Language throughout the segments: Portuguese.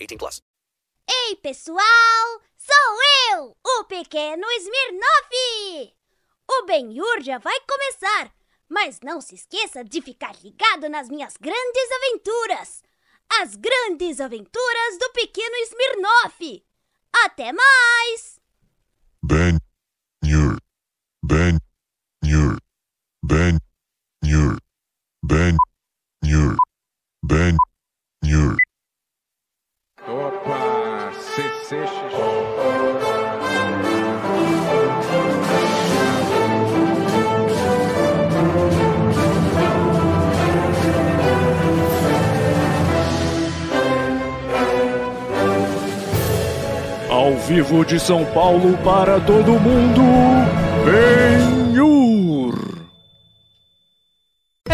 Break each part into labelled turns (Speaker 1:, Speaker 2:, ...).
Speaker 1: 18 plus.
Speaker 2: Ei, pessoal! Sou eu, o pequeno Smirnoff! O Benhur já vai começar, mas não se esqueça de ficar ligado nas minhas grandes aventuras! As grandes aventuras do pequeno Smirnoff! Até mais!
Speaker 3: Ben Nur. Ben Nur. Ben Nur. Ben Nur. Ben Nur.
Speaker 4: Opa, CC. Ao vivo de São Paulo para todo mundo, Benhur.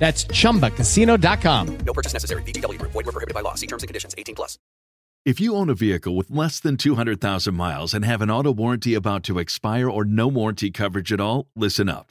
Speaker 5: That's chumbacasino.com.
Speaker 1: No purchase necessary. BGW. Void were prohibited by law. See terms and conditions. 18 plus.
Speaker 6: If you own a vehicle with less than 200,000 miles and have an auto warranty about to expire or no warranty coverage at all, listen up.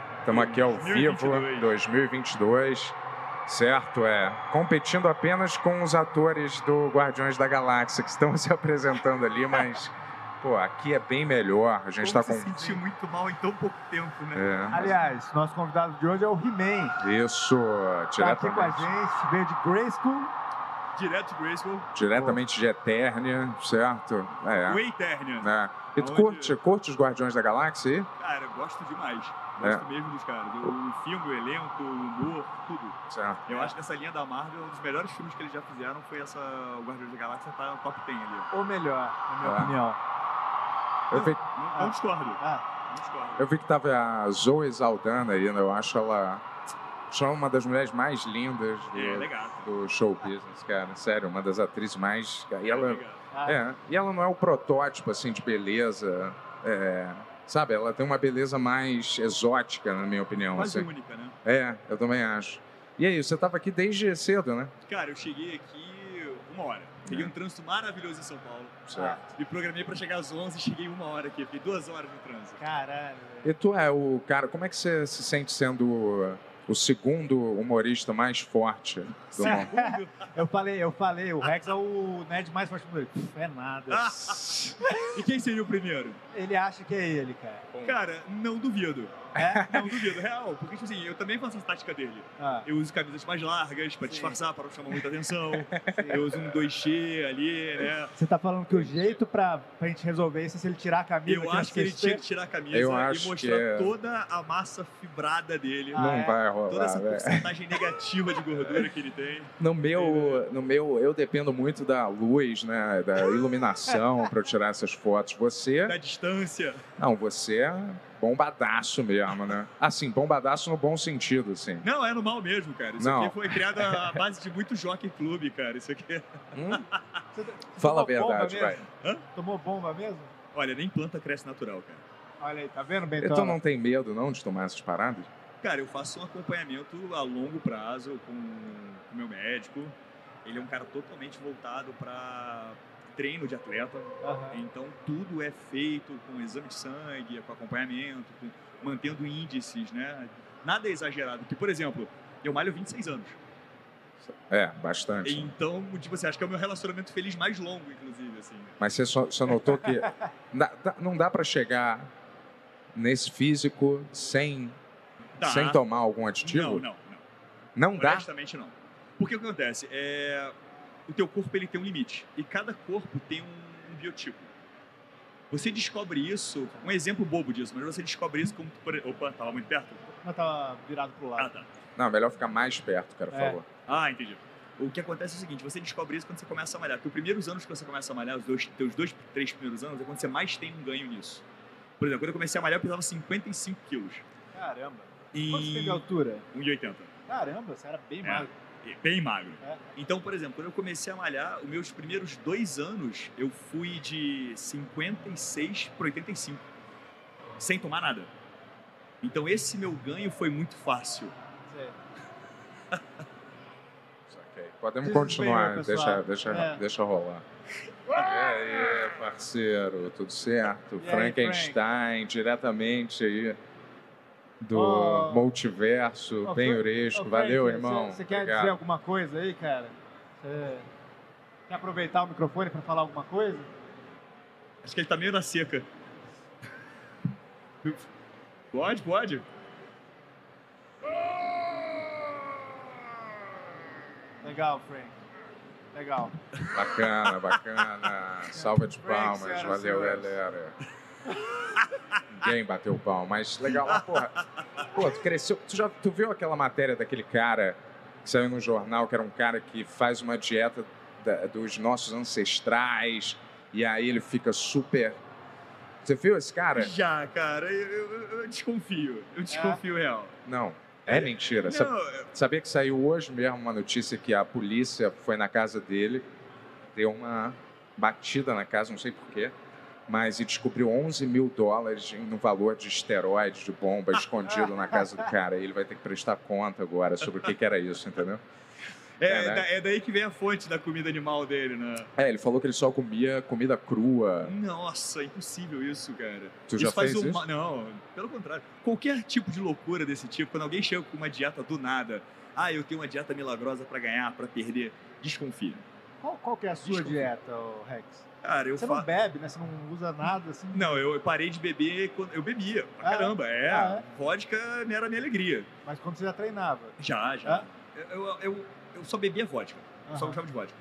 Speaker 4: estamos aqui ao vivo, 2022, certo? É, competindo apenas com os atores do Guardiões da Galáxia, que estão se apresentando ali, mas, pô, aqui é bem melhor, a gente está com...
Speaker 7: se sentiu muito mal em tão pouco tempo, né?
Speaker 4: É.
Speaker 8: Aliás, nosso convidado de hoje é o He-Man.
Speaker 4: Isso,
Speaker 8: Tá aqui com a
Speaker 4: diretamente,
Speaker 8: gente, veio de Grayskull.
Speaker 7: Direto de Graceful,
Speaker 4: diretamente de Eternia, certo?
Speaker 7: o
Speaker 4: É,
Speaker 7: Eternia.
Speaker 4: né? E tu
Speaker 7: Aonde-
Speaker 4: curte, curte os Guardiões da Galáxia aí?
Speaker 7: Cara, gosto demais.
Speaker 4: É.
Speaker 7: Gosto mesmo dos caras. O filme, o elenco, o humor, tudo.
Speaker 4: Certo.
Speaker 7: Eu acho que essa linha da Marvel, um dos melhores filmes que eles já fizeram foi essa o Guardiões da Galáxia tá no top 10 ali.
Speaker 8: Ou melhor, na minha
Speaker 4: É.
Speaker 8: opinião.
Speaker 4: Eu vi,
Speaker 7: Não, não discordo.
Speaker 8: Ah,
Speaker 7: Não discordo.
Speaker 4: eu vi que tava a Zoe Zaldana aí, né? Eu acho ela... Acho ela uma das mulheres mais lindas do,
Speaker 7: É, legal.
Speaker 4: do show business, cara. Sério, uma das atrizes mais... E ela,
Speaker 7: Legal.
Speaker 8: ah,
Speaker 4: é, e ela não é o protótipo, assim, de beleza. é, sabe, ela tem uma beleza mais exótica, na minha opinião.
Speaker 7: Quase
Speaker 4: assim.
Speaker 7: única, né?
Speaker 4: É, eu também acho. E aí, você tava aqui desde cedo, né?
Speaker 7: Cara, eu cheguei aqui uma hora. Peguei
Speaker 4: É.
Speaker 7: um trânsito maravilhoso em São Paulo.
Speaker 4: Certo.
Speaker 7: E programei pra chegar às 11 e cheguei uma hora aqui. Fiquei duas horas no trânsito.
Speaker 8: Caralho.
Speaker 4: E tu é o cara, como é que você se sente sendo o- o segundo humorista mais forte do mundo?
Speaker 7: Segundo.
Speaker 8: Eu falei, eu falei, o Rex é o nerd mais forte do mundo. Pff, É nada.
Speaker 7: e quem seria o primeiro?
Speaker 8: Ele acha que é ele, cara.
Speaker 7: Cara, não duvido.
Speaker 8: É?
Speaker 7: Não duvido, real. Porque, tipo assim, eu também faço essa tática dele.
Speaker 8: Ah,
Speaker 7: Eu uso camisas mais largas pra
Speaker 8: Sim.
Speaker 7: disfarçar, pra não chamar muita atenção. Eu uso um 2G ali, né?
Speaker 8: você tá falando que o jeito pra, pra gente resolver isso é se ele tirar a camisa.
Speaker 7: Eu
Speaker 8: aqui na
Speaker 7: acho que ele
Speaker 8: sexta.
Speaker 7: tinha que tirar a camisa
Speaker 4: Eu
Speaker 7: e
Speaker 4: acho
Speaker 7: mostrar
Speaker 4: que é.
Speaker 7: toda a massa fibrada dele.
Speaker 8: Ah,
Speaker 4: Não
Speaker 8: é?
Speaker 4: vai rolar,
Speaker 7: Toda essa
Speaker 4: velho.
Speaker 7: porcentagem negativa de gordura que ele tem.
Speaker 4: No meu, no meu, eu dependo muito da luz, né, da iluminação pra eu tirar essas fotos. Você,
Speaker 7: Da distância.
Speaker 4: não, você é bombadaço mesmo, né? Assim, bombadaço no bom sentido, assim.
Speaker 7: Não, é no mal mesmo, cara. Isso
Speaker 4: Não.
Speaker 7: aqui foi criado à base de muito jockey clube, cara. Isso aqui. é
Speaker 4: Hum? Fala a
Speaker 8: Tomou bomba
Speaker 4: verdade, vai.
Speaker 8: mesmo?
Speaker 7: Hã?
Speaker 8: Tomou bomba mesmo?
Speaker 7: Olha, nem planta cresce natural, cara.
Speaker 8: Olha aí, tá vendo, Bentão?
Speaker 4: Então não tem medo, não, de tomar essas paradas?
Speaker 7: Cara, eu faço um acompanhamento a longo prazo com o meu médico. Ele é um cara totalmente voltado para treino de atleta.
Speaker 8: Aham.
Speaker 7: Então tudo é feito com exame de sangue, com acompanhamento, com- mantendo índices, né? Nada é exagerado. Porque, por exemplo, eu malho 26 anos.
Speaker 4: É, bastante.
Speaker 7: Então, tipo assim, acho que é o meu relacionamento feliz mais longo, inclusive, assim.
Speaker 4: Mas você só, só notou que dá- dá- não dá pra chegar nesse físico sem,
Speaker 7: Dá.
Speaker 4: sem tomar algum
Speaker 7: Tá. Não,
Speaker 4: aditivo?
Speaker 7: não, não.
Speaker 4: Não dá?
Speaker 7: Honestamente, não. Porque o que acontece? É... O teu corpo ele tem um limite. E cada corpo tem um, um biotipo. Você descobre isso... Um exemplo bobo disso, mas você descobre isso como... Por... Opa, tava muito perto?
Speaker 8: Mas tava virado pro
Speaker 7: Ah,
Speaker 8: lado.
Speaker 7: tá.
Speaker 4: Não, melhor ficar mais perto, cara, por
Speaker 8: É.
Speaker 4: favor.
Speaker 7: Ah, entendi. O que acontece é o seguinte, você descobre isso quando você começa a malhar. Porque os primeiros anos que você começa a malhar, os dois, teus dois, três primeiros anos, é quando você mais tem um ganho nisso. Por exemplo, quando eu comecei a malhar, eu pesava 55 quilos.
Speaker 8: Caramba.
Speaker 7: E...
Speaker 8: Quanto você tem de altura?
Speaker 7: 1,80.
Speaker 8: Caramba, você era bem
Speaker 7: É.
Speaker 8: magro.
Speaker 7: É, Bem magro.
Speaker 8: É.
Speaker 7: Então, por exemplo, quando eu comecei a malhar, os meus primeiros dois anos, eu fui de 56 para 85, sem tomar nada. Então, esse meu ganho foi muito fácil.
Speaker 8: Sei.
Speaker 4: Saquei. Podemos
Speaker 8: Desempenho,
Speaker 4: continuar,
Speaker 8: pessoal.
Speaker 4: deixa, deixa,
Speaker 8: É.
Speaker 4: deixa rolar. E aí, parceiro, tudo certo?
Speaker 8: E aí,
Speaker 4: Frankenstein, diretamente aí do
Speaker 8: Ô,
Speaker 4: multiverso,
Speaker 8: ô,
Speaker 4: bem
Speaker 8: Frank-
Speaker 4: uresco.
Speaker 8: Ô,
Speaker 4: Valeu,
Speaker 8: Frank,
Speaker 4: irmão.
Speaker 8: você- Você quer
Speaker 4: Obrigado.
Speaker 8: dizer alguma coisa aí, cara? Você quer aproveitar o microfone pra falar alguma coisa?
Speaker 7: Acho que ele tá meio na seca. Pode, pode.
Speaker 8: Legal, Frank. Legal.
Speaker 4: Bacana, bacana. Salva de
Speaker 7: é
Speaker 8: Frank,
Speaker 4: palmas.
Speaker 8: senhoras e
Speaker 4: Valeu,
Speaker 8: senhores.
Speaker 4: galera. Ninguém bateu palma, mas legal. Mas, porra, pô, tu cresceu. Tu, já, tu viu aquela matéria daquele cara que saiu no jornal, que era um cara que faz uma dieta da- dos nossos ancestrais, e aí ele fica super. Você viu esse cara?
Speaker 7: Já, cara, eu, eu- eu desconfio.
Speaker 8: É?
Speaker 7: Eu desconfio real.
Speaker 4: Não. É mentira. Essa
Speaker 7: Não, é,
Speaker 4: Sabia que saiu hoje mesmo uma notícia que a polícia foi na casa dele, deu uma batida na casa, não sei porquê, mas e descobriu 11 mil dólares em- no valor de esteroides, de bomba, escondido na casa do cara. E ele vai ter que prestar conta agora sobre o que, que era isso, entendeu?
Speaker 7: é,
Speaker 4: é, né?
Speaker 7: da- é daí que vem a fonte da comida animal dele, né?
Speaker 4: É, ele falou que ele só comia comida crua.
Speaker 7: Nossa, impossível isso, cara.
Speaker 4: Tu já
Speaker 7: isso faz
Speaker 4: fez
Speaker 7: um
Speaker 4: isso?
Speaker 7: ma- Não, pelo contrário. Qualquer tipo de loucura desse tipo, quando alguém chega com uma dieta do nada, ah, eu tenho uma dieta milagrosa pra ganhar, pra perder, desconfia.
Speaker 8: Qual, qual que é a sua
Speaker 7: Desculpa.
Speaker 8: dieta, ô Rex?
Speaker 7: Cara, eu
Speaker 8: Você
Speaker 7: fa-
Speaker 8: não bebe, né? Você não usa nada assim.
Speaker 7: Não, eu eu parei de beber quando eu bebia. Pra
Speaker 8: Ah,
Speaker 7: caramba, é.
Speaker 8: ah,
Speaker 7: Vodka não era a minha alegria.
Speaker 8: Mas quando você já treinava.
Speaker 7: Já, já. Eu, eu, eu- eu só bebia vodka. Eu só
Speaker 8: Aham.
Speaker 7: gostava de vodka.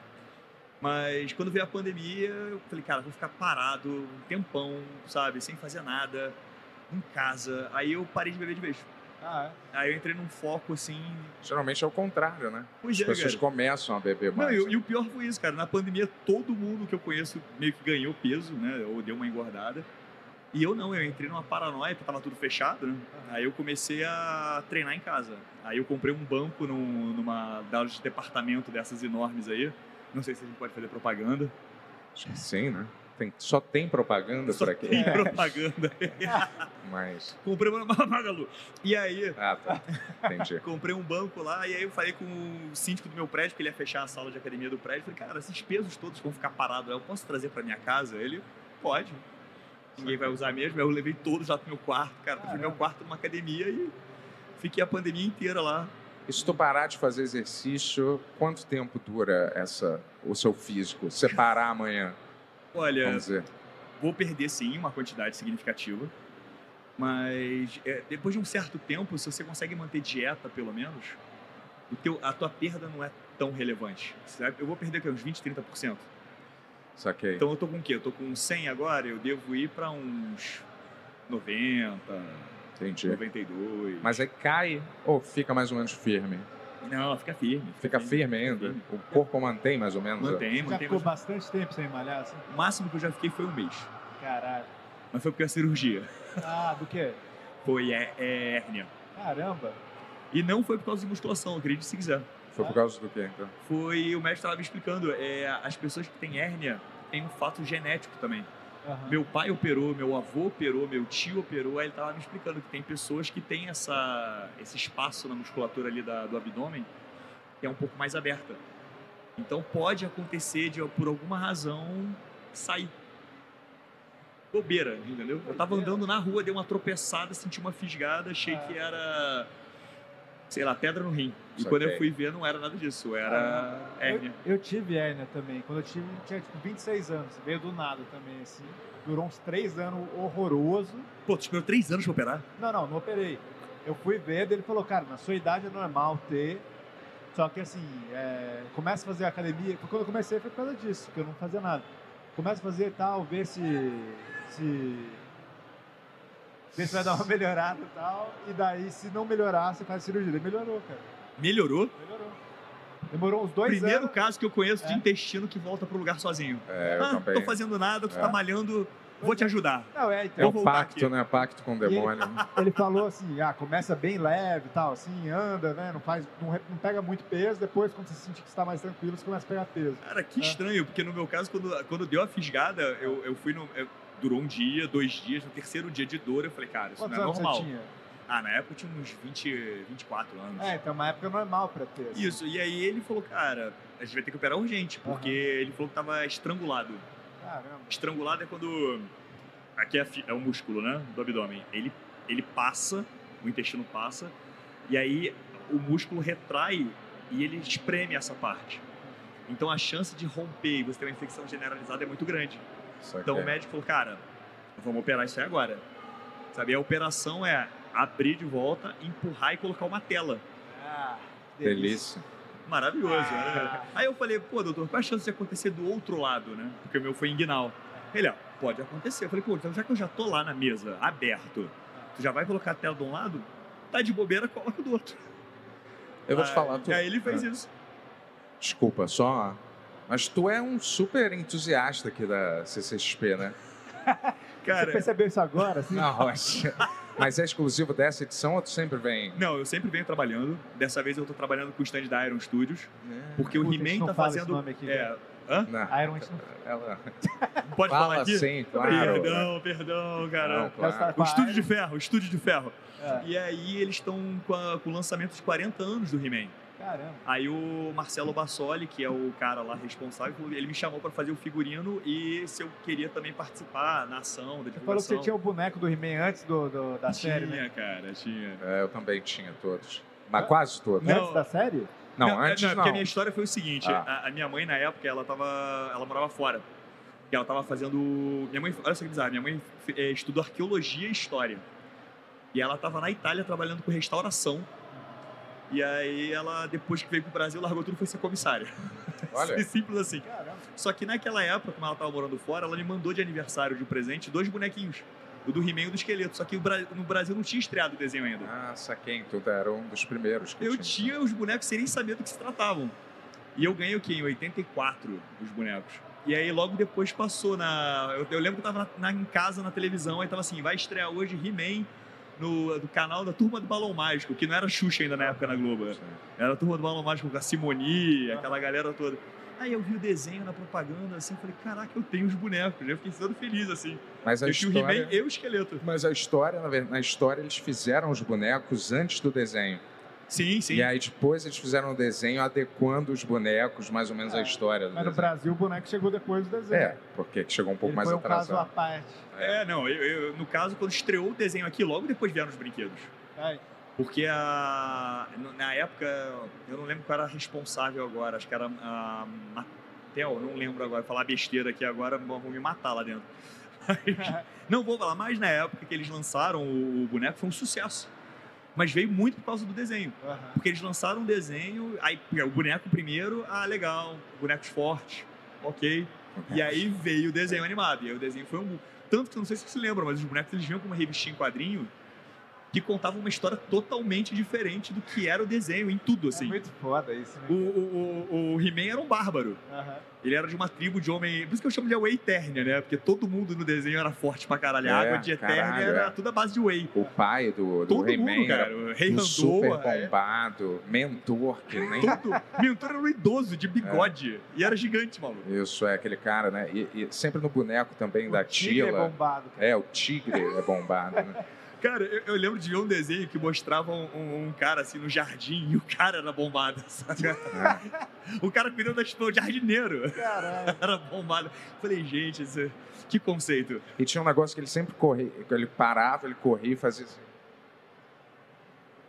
Speaker 7: Mas quando veio a pandemia, eu falei, cara, vou ficar parado um tempão, sabe? Sem fazer nada, em casa. Aí eu parei de beber de vez.
Speaker 8: Ah, é.
Speaker 7: Aí eu entrei num foco assim.
Speaker 4: Geralmente é o contrário, né?
Speaker 7: Pois
Speaker 4: As
Speaker 7: é,
Speaker 4: pessoas
Speaker 7: cara.
Speaker 4: começam a beber
Speaker 7: Não,
Speaker 4: mais. né?
Speaker 7: e, o- e o pior foi isso, cara. Na pandemia, todo mundo que eu conheço meio que ganhou peso, né? Ou deu uma engordada. E eu não, eu entrei numa paranoia, porque tava tudo fechado, né? Aí eu comecei a treinar em casa. Aí eu comprei um banco num, numa dalas de departamento dessas enormes aí. Não sei se a gente pode fazer propaganda.
Speaker 4: Sim, né? Tem- só tem propaganda
Speaker 7: Só
Speaker 4: por aqui.
Speaker 7: tem propaganda.
Speaker 4: Mas.
Speaker 7: comprei uma uma Magalu. E aí,
Speaker 4: Ah, tá. Entendi.
Speaker 7: comprei um banco lá e aí eu falei com o síndico do meu prédio que ele ia fechar a sala de academia do prédio. Falei, cara, esses pesos todos vão ficar parados, eu posso trazer pra minha casa? Ele, pode. Ninguém vai usar mesmo. Aí eu levei todos lá pro meu quarto, cara. Eu fui pro meu
Speaker 8: Caramba.
Speaker 7: quarto numa academia e fiquei a pandemia inteira lá.
Speaker 4: E se tu parar de fazer exercício, quanto tempo dura essa, o seu físico? Separar amanhã,
Speaker 7: Olha,
Speaker 4: vamos dizer.
Speaker 7: vou perder sim uma quantidade significativa. Mas é, depois de um certo tempo, se você consegue manter dieta, pelo menos, o teu, a tua perda não é tão relevante. Sabe? Eu vou perder o quê? uns 20, 30%.
Speaker 4: Saquei.
Speaker 7: Então eu tô com o quê? Eu tô com 100 agora, eu devo ir pra uns 90,
Speaker 4: Entendi.
Speaker 7: 92.
Speaker 4: Mas aí cai ou fica mais ou menos firme?
Speaker 7: não, fica firme.
Speaker 4: Fica firme ainda? O corpo mantém mais ou menos? a-
Speaker 7: Mantém,
Speaker 8: Já
Speaker 7: mantém.
Speaker 8: ficou
Speaker 7: mas
Speaker 8: bastante tempo sem malhar assim?
Speaker 7: O máximo que eu já fiquei foi um mês.
Speaker 8: Caralho.
Speaker 7: Mas foi porque a cirurgia.
Speaker 8: Ah, do quê?
Speaker 7: Foi é, é hérnia.
Speaker 8: Caramba.
Speaker 7: E não foi por causa de musculação, acredite se quiser.
Speaker 4: Foi por causa do quê, então?
Speaker 7: Foi, o médico estava me explicando, é, as pessoas que têm hérnia têm um fato genético também.
Speaker 8: Aham.
Speaker 7: Meu pai operou, meu avô operou, meu tio operou, aí ele estava me explicando que tem pessoas que têm essa, esse espaço na musculatura ali da- do abdômen que é um pouco mais aberta. Então pode acontecer de, por alguma razão, sair. Bobeira, entendeu? Eu tava andando na rua, dei uma tropeçada, senti uma fisgada,
Speaker 8: É.
Speaker 7: achei que era, sei lá, pedra no rim. E
Speaker 4: Saquei.
Speaker 7: quando eu fui ver, não era nada disso, era hérnia.
Speaker 8: Ah, Eu, eu tive hérnia também. Quando eu tive, eu tinha tipo 26 anos. Veio do nada também, assim. Durou uns 3 anos horroroso.
Speaker 7: Pô, tu esperou três anos pra operar?
Speaker 8: Não, não, não operei. Eu fui ver, daí ele falou, cara, na sua idade é normal ter. Só que assim, é, começa a fazer academia. Porque Quando eu comecei foi por causa disso, porque eu não fazia nada. Começa a fazer e tal, ver se. se. ver se vai dar uma melhorada e tal. E daí, se não melhorar, você faz cirurgia. Ele melhorou, cara.
Speaker 7: Melhorou?
Speaker 8: Melhorou. Demorou uns dois
Speaker 7: Primeiro
Speaker 8: anos.
Speaker 7: caso que eu conheço de
Speaker 8: É.
Speaker 7: intestino que volta pro lugar sozinho.
Speaker 4: É, eu
Speaker 7: ah, não tô
Speaker 4: também.
Speaker 7: fazendo nada, tu
Speaker 4: É.
Speaker 7: tá malhando, vou te ajudar.
Speaker 8: Não, é,
Speaker 4: É
Speaker 8: então.
Speaker 7: Vou
Speaker 4: o
Speaker 7: voltar
Speaker 4: pacto,
Speaker 7: aqui.
Speaker 4: né? Pacto com o demônio. né?
Speaker 8: Ele falou assim, ah, começa bem leve e tal, assim, anda, né? Não faz. Não, re- não pega muito peso, depois quando você sentir que está mais tranquilo, você começa a pegar peso.
Speaker 7: Cara, que
Speaker 8: É.
Speaker 7: estranho, porque no meu caso, quando, quando deu a fisgada, eu, eu fui no. eu- durou um dia, dois dias, no terceiro dia de dor, eu falei, cara, isso
Speaker 8: Quantos
Speaker 7: não é
Speaker 8: anos
Speaker 7: normal.
Speaker 8: você tinha?
Speaker 7: Ah, na época eu tinha uns 20, 24 anos.
Speaker 8: É, então é uma época normal pra ter. assim.
Speaker 7: Isso, e aí ele falou, cara, a gente vai ter que operar urgente, porque
Speaker 8: Aham.
Speaker 7: ele falou que tava estrangulado.
Speaker 8: Caramba.
Speaker 7: Estrangulado é quando. Aqui é, a fi- é o músculo, né? Do abdômen. Ele, ele passa, o intestino passa, e aí o músculo retrai e ele espreme essa parte. Então a chance de romper e você ter uma infecção generalizada é muito grande.
Speaker 4: Saquei.
Speaker 7: Então o médico falou, cara, vamos operar isso aí agora. Sabe, a operação é abrir de volta, empurrar e colocar uma tela.
Speaker 8: Ah,
Speaker 4: Delícia.
Speaker 7: Maravilhoso,
Speaker 8: Ah.
Speaker 7: né? Aí eu falei, pô, doutor, qual é a chance de acontecer do outro lado, né? Porque o meu foi inguinal. Ele, ó, pode acontecer. Eu falei, pô, então já que eu já tô lá na mesa, aberto, tu já vai colocar a tela de um lado? Tá de bobeira, coloca do outro.
Speaker 4: Eu vou te
Speaker 7: Aí-
Speaker 4: falar. Tu...
Speaker 7: E aí ele fez
Speaker 4: Ah,
Speaker 7: isso.
Speaker 4: Desculpa, só. Mas tu é um super entusiasta aqui da CCXP, né?
Speaker 8: Você
Speaker 7: Cara,
Speaker 8: percebeu isso agora? Assim?
Speaker 4: Não, mas, mas é exclusivo dessa edição ou tu sempre vem?
Speaker 7: não, eu sempre venho trabalhando. Dessa vez eu tô trabalhando com o stand da Iron Studios, porque
Speaker 8: Puta,
Speaker 7: o
Speaker 8: a gente
Speaker 7: He-Man
Speaker 8: não
Speaker 7: tá
Speaker 8: fala esse
Speaker 7: fazendo...
Speaker 8: nome aqui,
Speaker 7: é,
Speaker 8: velho.
Speaker 7: hã?
Speaker 4: Não,
Speaker 8: Iron Man.
Speaker 4: né? ela
Speaker 7: um Pode falar
Speaker 4: fala
Speaker 7: aqui?
Speaker 4: assim, claro.
Speaker 7: Perdão, perdão,
Speaker 4: Não,
Speaker 7: cara.
Speaker 4: claro.
Speaker 7: O estúdio de ferro, o estúdio de ferro.
Speaker 8: É.
Speaker 7: E aí eles estão com, a- com o lançamento de 40 anos do He-Man.
Speaker 8: Caramba.
Speaker 7: Aí o Marcelo Bassoli, que é o cara lá responsável, falou- ele me chamou pra fazer o figurino e se eu queria também participar na ação, da
Speaker 8: Você falou que você
Speaker 7: divulgação.
Speaker 8: tinha o boneco do He-Man antes do, do- da série, né?
Speaker 7: Tinha, cara, tinha.
Speaker 4: É, eu também tinha todos. Mas quase todos.
Speaker 7: Não.
Speaker 8: Antes da série?
Speaker 4: Não,
Speaker 7: é-
Speaker 4: antes
Speaker 7: é
Speaker 4: não.
Speaker 7: Porque a minha história foi o seguinte:
Speaker 4: Ah.
Speaker 7: a, a minha mãe, na época, ela tava. Ela morava fora. E ela tava fazendo. Minha mãe, olha só que bizarro, minha mãe eh, estudou arqueologia e história. E ela tava na Itália trabalhando com restauração. E aí ela, depois que veio pro Brasil, largou tudo e foi ser comissária.
Speaker 4: Olha,
Speaker 7: Simples assim.
Speaker 8: Caramba.
Speaker 7: Só que naquela época, como ela tava morando fora, ela me mandou de aniversário de presente dois bonequinhos. O do He-Man e o do Esqueleto. Só que o Bra- no Brasil não tinha estreado o desenho ainda.
Speaker 4: ah, saquei, então tu era um dos primeiros que
Speaker 7: Eu tinha os bonecos sem nem saber do que se tratavam. E eu ganhei o quê? Em 84 os bonecos. E aí logo depois passou na. Eu, eu lembro que eu tava na- na- em casa na televisão, aí tava assim, vai estrear hoje He-Man no do canal da Turma do Balão Mágico, que não era Xuxa ainda na época na Globo. é. Era a turma do Balão Mágico com a Simoni, aquela galera toda. Aí eu vi o desenho na propaganda, assim, eu falei, caraca, eu tenho os bonecos. né? Eu fiquei todo feliz, assim.
Speaker 4: Mas a
Speaker 7: Eu tinha o He-Man
Speaker 4: história...
Speaker 7: e o Esqueleto.
Speaker 4: Mas a história, na, ver- na história, eles fizeram os bonecos antes do desenho.
Speaker 7: Sim, sim.
Speaker 4: E aí depois eles fizeram o desenho adequando os bonecos, mais ou menos a
Speaker 8: É,
Speaker 4: história do
Speaker 8: Mas no
Speaker 4: desenho.
Speaker 8: Brasil o boneco chegou depois do desenho.
Speaker 4: É, porque chegou um pouco
Speaker 8: Ele
Speaker 4: mais
Speaker 8: foi um caso à
Speaker 4: atrasado.
Speaker 8: parte.
Speaker 7: É, não, eu- eu- no caso, quando estreou o desenho aqui, logo depois vieram os brinquedos.
Speaker 8: Ai,
Speaker 7: Porque a, na época, eu não lembro qual era a responsável agora, acho que era a Matel, não lembro agora, falar besteira aqui agora, vão vão me matar lá dentro. Mas, não vou falar, mas na época que eles lançaram o, o boneco foi um sucesso. Mas veio muito por causa do desenho.
Speaker 8: aham.
Speaker 7: Porque eles lançaram um desenho, aí é, o boneco primeiro, ah, legal, bonecos fortes, ok. E aí veio o desenho animado. E aí o desenho foi um. Tanto que eu não sei se você lembra, mas os bonecos eles vinham com uma revistinha em quadrinho. que contava uma história totalmente diferente do que era o desenho, em
Speaker 8: É
Speaker 7: tudo, assim.
Speaker 8: muito foda isso, né?
Speaker 7: O, o, o, o He-Man era um bárbaro.
Speaker 8: Aham.
Speaker 7: Ele era de uma tribo de homem. Por isso que eu chamo de Whey Eternia, né? Porque todo mundo no desenho era forte pra caralho. A
Speaker 4: É,
Speaker 7: água de Eternia
Speaker 4: caralho,
Speaker 7: era
Speaker 4: é.
Speaker 7: tudo à base de Whey.
Speaker 4: O pai do, do
Speaker 7: Todo
Speaker 4: He-Man
Speaker 7: mundo,
Speaker 4: era
Speaker 7: cara. O Rei
Speaker 4: um super
Speaker 7: Randoa. é.
Speaker 4: bombado, mentor, que nem...
Speaker 7: Todo. Mentor era um idoso de bigode. E era gigante, maluco.
Speaker 4: Isso, é aquele cara, né? E, e sempre no boneco também da
Speaker 8: O tigre é
Speaker 4: Tila.
Speaker 8: bombado, cara.
Speaker 4: É, o tigre é bombado, né?
Speaker 7: Cara, eu, eu lembro de ver um desenho que mostrava um, um- um cara assim no jardim e o cara era bombado. Sabe?
Speaker 4: É.
Speaker 7: o cara cuidando das flores, jardineiro.
Speaker 8: Caralho.
Speaker 7: Era bombado. Falei, gente, isso- é, que conceito.
Speaker 4: E tinha um negócio que ele sempre corria, que ele parava, ele corria e fazia assim,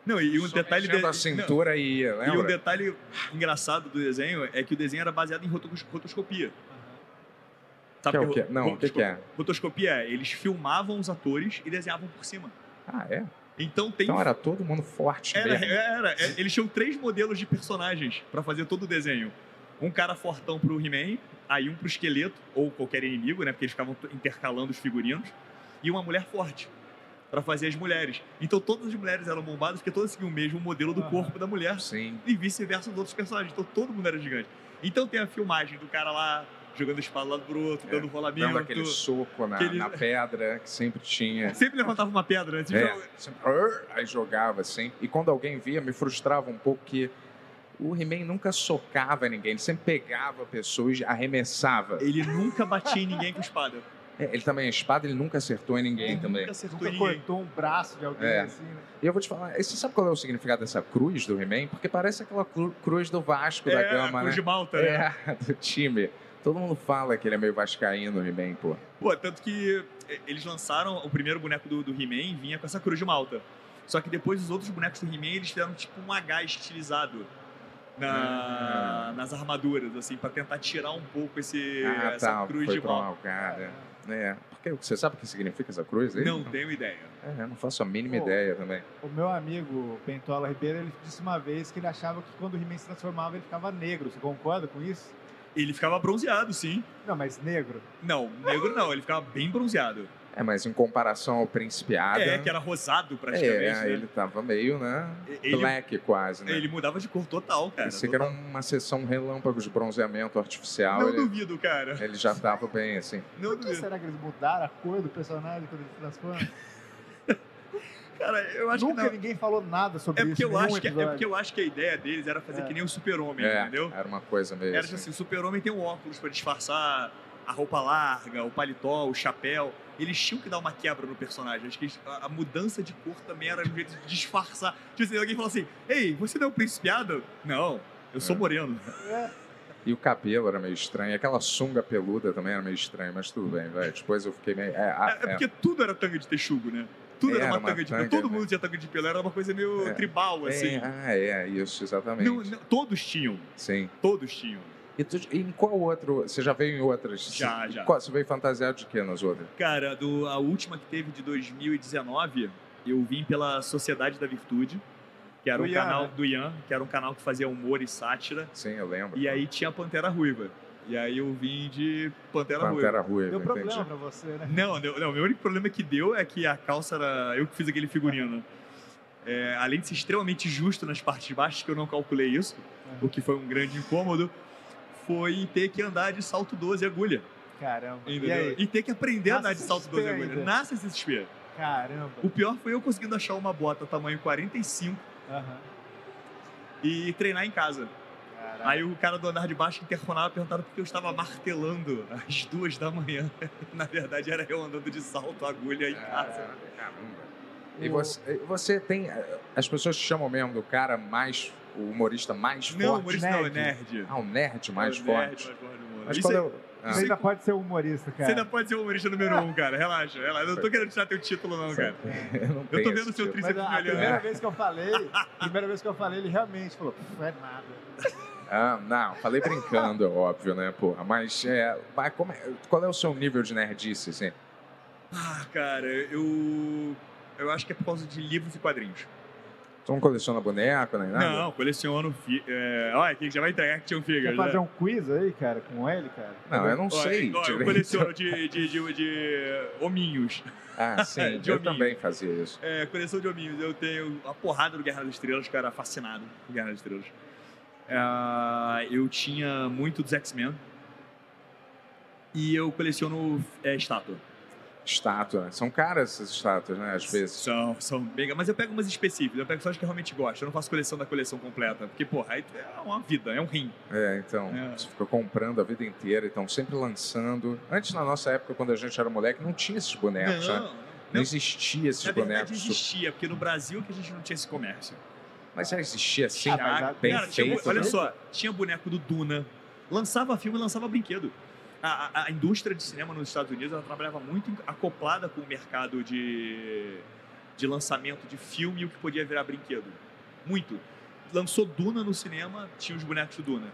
Speaker 7: Não, e um
Speaker 4: só
Speaker 7: detalhe.
Speaker 4: mexendo
Speaker 7: de-
Speaker 4: a cintura e ia,
Speaker 7: não, e um
Speaker 4: lembra?
Speaker 7: detalhe engraçado do desenho é que o desenho era baseado em rotos- rotoscopia. Sabe
Speaker 4: Que é o quê? Não, o que que é?
Speaker 7: rotosco- Rotoscopia é, eles filmavam os atores e desenhavam por cima.
Speaker 4: Ah, é?
Speaker 7: Então tem
Speaker 4: Então era todo mundo forte
Speaker 7: Era,
Speaker 4: mesmo.
Speaker 7: era. É, Eles tinham três modelos de personagens pra fazer todo o desenho. Um cara fortão pro He-Man, aí um pro esqueleto, ou qualquer inimigo, né? Porque eles ficavam t- intercalando os figurinos. E uma mulher forte, Pra fazer as mulheres. Então todas as mulheres eram bombadas, porque todas seguiam o mesmo modelo do
Speaker 8: Aham.
Speaker 7: corpo da mulher.
Speaker 4: Sim.
Speaker 7: E vice-versa dos outros personagens. Então todo mundo era gigante. Então tem a filmagem do cara lá, jogando espada lá pro outro,
Speaker 4: É,
Speaker 7: dando rolamento.
Speaker 4: Lembra aquele soco na,
Speaker 7: aquele-
Speaker 4: na pedra que sempre tinha.
Speaker 7: Sempre levantava uma pedra, né? Tipo,
Speaker 4: É, sempre, "Arr", aí jogava assim. E quando alguém via, me frustrava um pouco que o He-Man nunca socava ninguém, ele sempre pegava pessoas, arremessava.
Speaker 7: Ele nunca batia em ninguém com espada.
Speaker 4: É, ele também, a espada, ele nunca acertou em
Speaker 7: É.
Speaker 4: ninguém também.
Speaker 7: Nunca acertou em
Speaker 8: Nunca
Speaker 7: ninguém.
Speaker 8: cortou um braço de alguém
Speaker 4: É.
Speaker 8: assim, né?
Speaker 4: E eu vou te falar, e você sabe qual é o significado dessa cruz do He-Man? Porque parece aquela cru- cruz do Vasco da Gama,
Speaker 7: É, Cruz
Speaker 4: né?
Speaker 7: de Malta, né?
Speaker 4: É, do time. Todo mundo fala que ele é meio vascaíno, o He-Man, pô.
Speaker 7: Pô, tanto que eh, eles lançaram o primeiro boneco do, do He-Man vinha com essa cruz de Malta. Só que depois os outros bonecos do He-Man eles fizeram tipo um H estilizado na- nas armaduras, assim, pra tentar tirar um pouco esse,
Speaker 4: Hum. ah,
Speaker 7: essa
Speaker 4: tá,
Speaker 7: cruz
Speaker 4: foi
Speaker 7: de
Speaker 4: pra uma
Speaker 7: Malta.
Speaker 4: algada. É. Porque você sabe o que significa essa cruz aí?
Speaker 7: Não tenho ideia.
Speaker 4: É, eu não faço a mínima
Speaker 8: Pô.
Speaker 4: ideia também.
Speaker 8: O meu amigo Pentola Ribeiro, ele disse uma vez que ele achava que quando o He-Man se transformava, ele ficava negro. Você concorda com isso?
Speaker 7: Ele ficava bronzeado, sim.
Speaker 8: Não, mas negro.
Speaker 7: Não, negro não, ele ficava bem bronzeado.
Speaker 4: É, mas em comparação ao Príncipe Adam...
Speaker 7: É, que era rosado praticamente.
Speaker 4: Ah, tá. é,
Speaker 7: né?
Speaker 4: ele tava meio, né?
Speaker 7: Ele-
Speaker 4: Black quase, né?
Speaker 7: Ele mudava de cor total, cara.
Speaker 4: Pensei que era uma sessão relâmpago de bronzeamento artificial.
Speaker 7: Não
Speaker 4: ele,
Speaker 7: duvido, cara.
Speaker 4: ele já tava bem, assim.
Speaker 7: Não
Speaker 8: Por que
Speaker 7: duvido.
Speaker 8: será que eles mudaram a cor do personagem quando ele se transforma?
Speaker 7: Cara, eu acho que
Speaker 8: Nunca
Speaker 7: não.
Speaker 8: ninguém falou nada sobre
Speaker 7: É porque,
Speaker 8: isso.
Speaker 7: eu
Speaker 8: nenhum
Speaker 7: acho que, é
Speaker 8: episódio.
Speaker 7: porque eu acho que a ideia deles era fazer
Speaker 8: É.
Speaker 7: que nem o super-homem,
Speaker 4: É,
Speaker 7: entendeu?
Speaker 4: era uma coisa meio
Speaker 7: Era tipo assim, o super-homem tem um óculos pra disfarçar a roupa larga, o paletó, o chapéu. Eles tinham que dar uma quebra no personagem. Acho que eles- a, a mudança de cor também era um jeito de disfarçar. Tipo assim, alguém falou assim, ei, você não é um príncipe Adam? Não, eu sou
Speaker 4: É.
Speaker 7: moreno.
Speaker 4: E o cabelo era meio estranho. Aquela sunga peluda também era meio estranho, mas tudo bem, velho. Depois eu fiquei meio. É,
Speaker 7: É,
Speaker 4: a-
Speaker 7: é porque tudo era tanga de texugo, né? Tudo era,
Speaker 4: Era
Speaker 7: uma,
Speaker 4: uma
Speaker 7: tanga de pelo.
Speaker 4: tanga,
Speaker 7: Todo
Speaker 4: né?
Speaker 7: mundo tinha tanga de pelo. Era uma coisa meio
Speaker 4: É.
Speaker 7: tribal,
Speaker 4: é,
Speaker 7: assim.
Speaker 4: ah, é, isso, exatamente.
Speaker 7: Não- não- todos tinham,
Speaker 4: Sim.
Speaker 7: todos tinham.
Speaker 4: E, tu- e em qual outro? Você já veio em outras?
Speaker 7: Já,
Speaker 4: Você-
Speaker 7: já.
Speaker 4: Qual, você veio fantasiado de quê nas outras?
Speaker 7: Cara, do, a última que teve de 2019, eu vim pela Sociedade da Virtude, que era
Speaker 8: Do
Speaker 7: um
Speaker 8: Ian,
Speaker 7: canal
Speaker 8: né?
Speaker 7: do Ian, que era um canal que fazia humor e sátira.
Speaker 4: Sim, eu lembro.
Speaker 7: E aí tinha a Pantera Ruiva. E aí eu vim de Pantera, Ruiva.
Speaker 4: Pantera Ruiva,
Speaker 8: Deu
Speaker 4: entendi.
Speaker 8: problema pra você, né?
Speaker 7: Não, não, não, o meu único problema que deu é que a calça era. Eu que fiz aquele figurino. É, além de ser extremamente justo nas partes baixas, que eu não calculei isso, o que foi um grande incômodo, foi ter que andar de salto 12 agulha.
Speaker 8: Caramba. E
Speaker 7: entendeu?
Speaker 8: aí?
Speaker 7: E, ter que aprender a
Speaker 8: Nasce
Speaker 7: andar de salto 12
Speaker 8: CCXP
Speaker 7: agulha.
Speaker 8: ainda.
Speaker 7: Nasce esse espelho.
Speaker 8: Caramba.
Speaker 7: O pior foi eu conseguindo achar uma bota tamanho 45
Speaker 8: Aham.
Speaker 7: e treinar em casa.
Speaker 8: Caralho.
Speaker 7: Aí o cara do andar de baixo interfonava perguntando por que eu estava martelando às duas da manhã. Na verdade, era eu andando de salto, agulha em casa.
Speaker 4: Ah, caramba. E você, e você tem. eh, As pessoas chamam mesmo do cara mais. O humorista mais
Speaker 7: não,
Speaker 4: forte.
Speaker 7: humorista não, é
Speaker 8: nerd.
Speaker 7: nerd.
Speaker 4: Ah, o nerd mais
Speaker 7: É o nerd
Speaker 4: forte.
Speaker 7: mais forte do mundo.
Speaker 4: Mas
Speaker 7: Isso
Speaker 4: qual
Speaker 7: aí-
Speaker 4: é o. Ah,
Speaker 8: Você ainda pode ser humorista,
Speaker 7: Você ainda
Speaker 8: cara.
Speaker 7: pode ser o humorista número um, cara. Relaxa, relaxa. Eu não tô querendo tirar teu título, não, cara.
Speaker 4: eu não
Speaker 7: Eu
Speaker 4: tenho
Speaker 7: tô vendo
Speaker 4: esse
Speaker 7: o seu
Speaker 4: tipo.
Speaker 8: Mas
Speaker 7: tríceps me
Speaker 8: a, a
Speaker 7: olhando.
Speaker 8: primeira vez que eu falei, a primeira vez que eu falei, ele realmente falou, "Pff, é nada.
Speaker 4: Ah, não, falei brincando, é óbvio, né, porra? Mas, é, mas como é- qual é o seu nível de nerdice, assim?
Speaker 7: Ah, cara, eu. Eu acho que é por causa de livros e quadrinhos.
Speaker 4: Tu não coleciona boneco nem nada?
Speaker 7: Não, coleciono. Fi... É... Olha, quem já vai entregar que tinha um figure.
Speaker 8: Quer fazer um quiz aí, cara, com ele, cara?
Speaker 4: Não, eu não
Speaker 7: Ó,
Speaker 4: sei.
Speaker 7: ó, eu
Speaker 4: direito.
Speaker 7: coleciono de, de, de, de hominhos.
Speaker 4: Ah,
Speaker 8: É,
Speaker 4: sim,
Speaker 7: de
Speaker 4: eu
Speaker 7: hominho.
Speaker 4: também fazia isso.
Speaker 7: É, coleção de hominhos. Eu tenho a porrada do Guerra das Estrelas, cara, fascinado por Guerra das Estrelas. Ah, eu tinha muito dos X-Men. E eu coleciono é, estátua.
Speaker 4: Estátua. né? São caras essas estátuas, né? Às vezes.
Speaker 7: São, são bem. Mas eu pego umas específicas, eu pego só as que eu realmente gosto. Eu não faço coleção da coleção completa. Porque, porra, aí é uma vida, é um rim.
Speaker 4: É, então,
Speaker 7: É.
Speaker 4: você ficou comprando a vida inteira, então sempre lançando. Antes, na nossa época, quando a gente era moleque, não tinha esses bonecos, né? Não existia esses
Speaker 7: Na verdade
Speaker 4: bonecos.
Speaker 7: existia, porque no Brasil que a gente não tinha esse comércio.
Speaker 4: Mas já existia assim,
Speaker 8: Ah, mas a-
Speaker 4: bem
Speaker 7: Cara, tinha bo-
Speaker 4: feito.
Speaker 7: olha
Speaker 4: né?
Speaker 7: só, tinha boneco do Duna, lançava filme, lançava brinquedo. A, a- a indústria de cinema nos Estados Unidos ela trabalhava muito em- acoplada com o mercado de, de lançamento de filme e o que podia virar brinquedo. Muito. Lançou Duna no cinema, tinha os bonecos do Duna.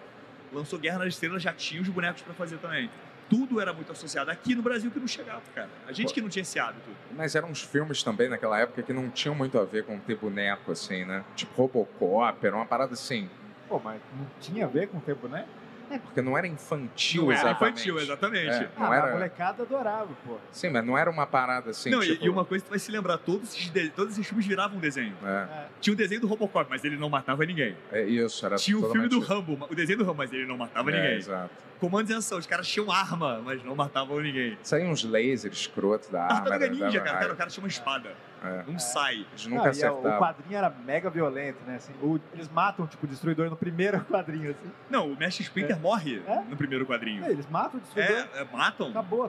Speaker 7: Lançou Guerra nas Estrelas, já tinha os bonecos pra fazer também. Tudo era muito associado. Aqui no Brasil que não chegava, cara. A gente que não tinha esse hábito.
Speaker 4: Mas eram uns filmes também naquela época que não tinham muito a ver com ter boneco, assim, né? Tipo Robocop, era uma parada assim.
Speaker 8: Pô, mas não tinha a ver com o tempo, né?
Speaker 4: É, porque não era infantil,
Speaker 7: Não era
Speaker 4: exatamente.
Speaker 7: infantil, exatamente.
Speaker 4: É,
Speaker 8: Ah,
Speaker 4: não
Speaker 8: mas a
Speaker 4: era...
Speaker 8: molecada adorava, pô.
Speaker 4: Sim, mas não era uma parada assim,
Speaker 7: não, e-
Speaker 4: tipo...
Speaker 7: e uma coisa que tu vai se lembrar, todos esses, de- todos esses filmes viravam um desenho.
Speaker 4: É,
Speaker 7: Tinha o desenho do Robocop, mas ele não matava ninguém.
Speaker 4: é isso, era
Speaker 7: Tinha o filme
Speaker 4: totalmente
Speaker 7: do
Speaker 4: isso.
Speaker 7: Rambo, o desenho do Rambo, mas ele não matava
Speaker 4: É,
Speaker 7: ninguém.
Speaker 4: exato.
Speaker 7: Comandos em ação, os caras tinham arma, mas não matavam ninguém.
Speaker 4: Saíam uns lasers escroto da arma. Ah, era-
Speaker 7: Tartaruga Ah, tá Ninja,
Speaker 4: dava-
Speaker 7: cara, cara, o cara tinha uma espada,
Speaker 4: É.
Speaker 7: não sai.
Speaker 4: Eles
Speaker 8: Não,
Speaker 4: nunca
Speaker 8: Ah, e a- o
Speaker 4: acertavam.
Speaker 8: quadrinho era mega violento, né? Assim, o- eles matam, tipo, o destruidor no primeiro quadrinho, assim.
Speaker 7: Não, o Mestre Splinter morre
Speaker 8: É?
Speaker 7: no primeiro quadrinho.
Speaker 8: É, Eles matam o
Speaker 7: É,
Speaker 8: destruidor,
Speaker 7: é, matam.
Speaker 8: acabou.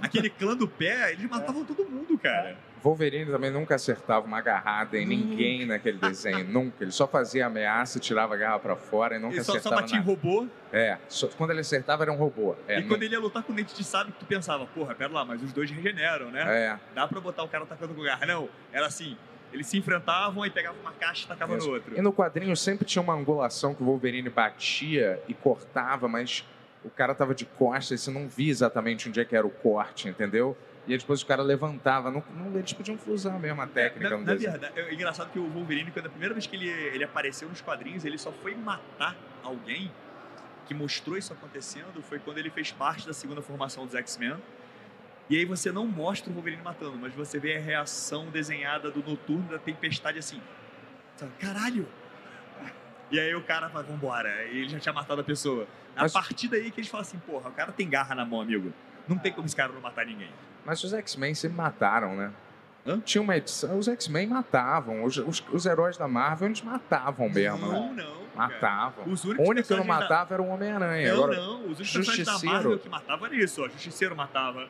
Speaker 8: É.
Speaker 7: Aquele clã do pé, eles matavam todo mundo, cara.
Speaker 4: Wolverine também nunca acertava uma agarrada em ninguém naquele desenho, nunca. Ele só fazia ameaça, tirava a garra pra fora e nunca
Speaker 7: Ele só, só
Speaker 4: acertava
Speaker 7: batia em
Speaker 4: nada.
Speaker 7: robô,
Speaker 4: É, só- quando ele acertava era um robô. É,
Speaker 7: e
Speaker 4: nu-
Speaker 7: quando ele ia lutar com o dente de sábio, tu pensava, porra, pera lá, mas os dois regeneram, né?
Speaker 4: é,
Speaker 7: Dá pra botar o cara atacando com garra. Não, era assim, eles se enfrentavam, aí pegavam uma caixa e tacavam
Speaker 4: Isso.
Speaker 7: no outro.
Speaker 4: E no quadrinho sempre tinha uma angulação que o Wolverine batia e cortava, mas o cara tava de costas e você não via exatamente onde é que era o corte, entendeu? E aí depois o cara levantava. Não, não- eles podiam usar a mesma técnica assim.
Speaker 7: É, Na,
Speaker 4: no
Speaker 7: na
Speaker 4: desenho.
Speaker 7: verdade, é engraçado que o Wolverine, quando a primeira vez que ele, ele apareceu nos quadrinhos, ele só foi matar alguém que mostrou isso acontecendo foi quando ele fez parte da segunda formação dos X-Men. E aí você não mostra o Wolverine matando, mas você vê a reação desenhada do Noturno da Tempestade assim. sabe, Caralho! E aí o cara fala, vambora. E ele já tinha matado a pessoa. A
Speaker 4: Mas-
Speaker 7: partir daí que eles falam assim, porra, o cara tem garra na mão, amigo. Não tem como esse cara não matar ninguém.
Speaker 4: Mas os X-Men se mataram, né?
Speaker 7: Hã?
Speaker 4: Tinha uma edição. Os X-Men matavam. Os, os- os heróis da Marvel, eles matavam mesmo, né?
Speaker 7: não, não. cara.
Speaker 4: Matavam.
Speaker 7: Os
Speaker 4: O
Speaker 7: únicos
Speaker 4: único que não
Speaker 7: personagens da-
Speaker 4: matava era o Homem-Aranha.
Speaker 7: Não,
Speaker 4: Agora,
Speaker 7: não. Os únicos personagens da
Speaker 4: Justiceiro.
Speaker 7: Marvel que matava era isso. Ó. Justiceiro matava.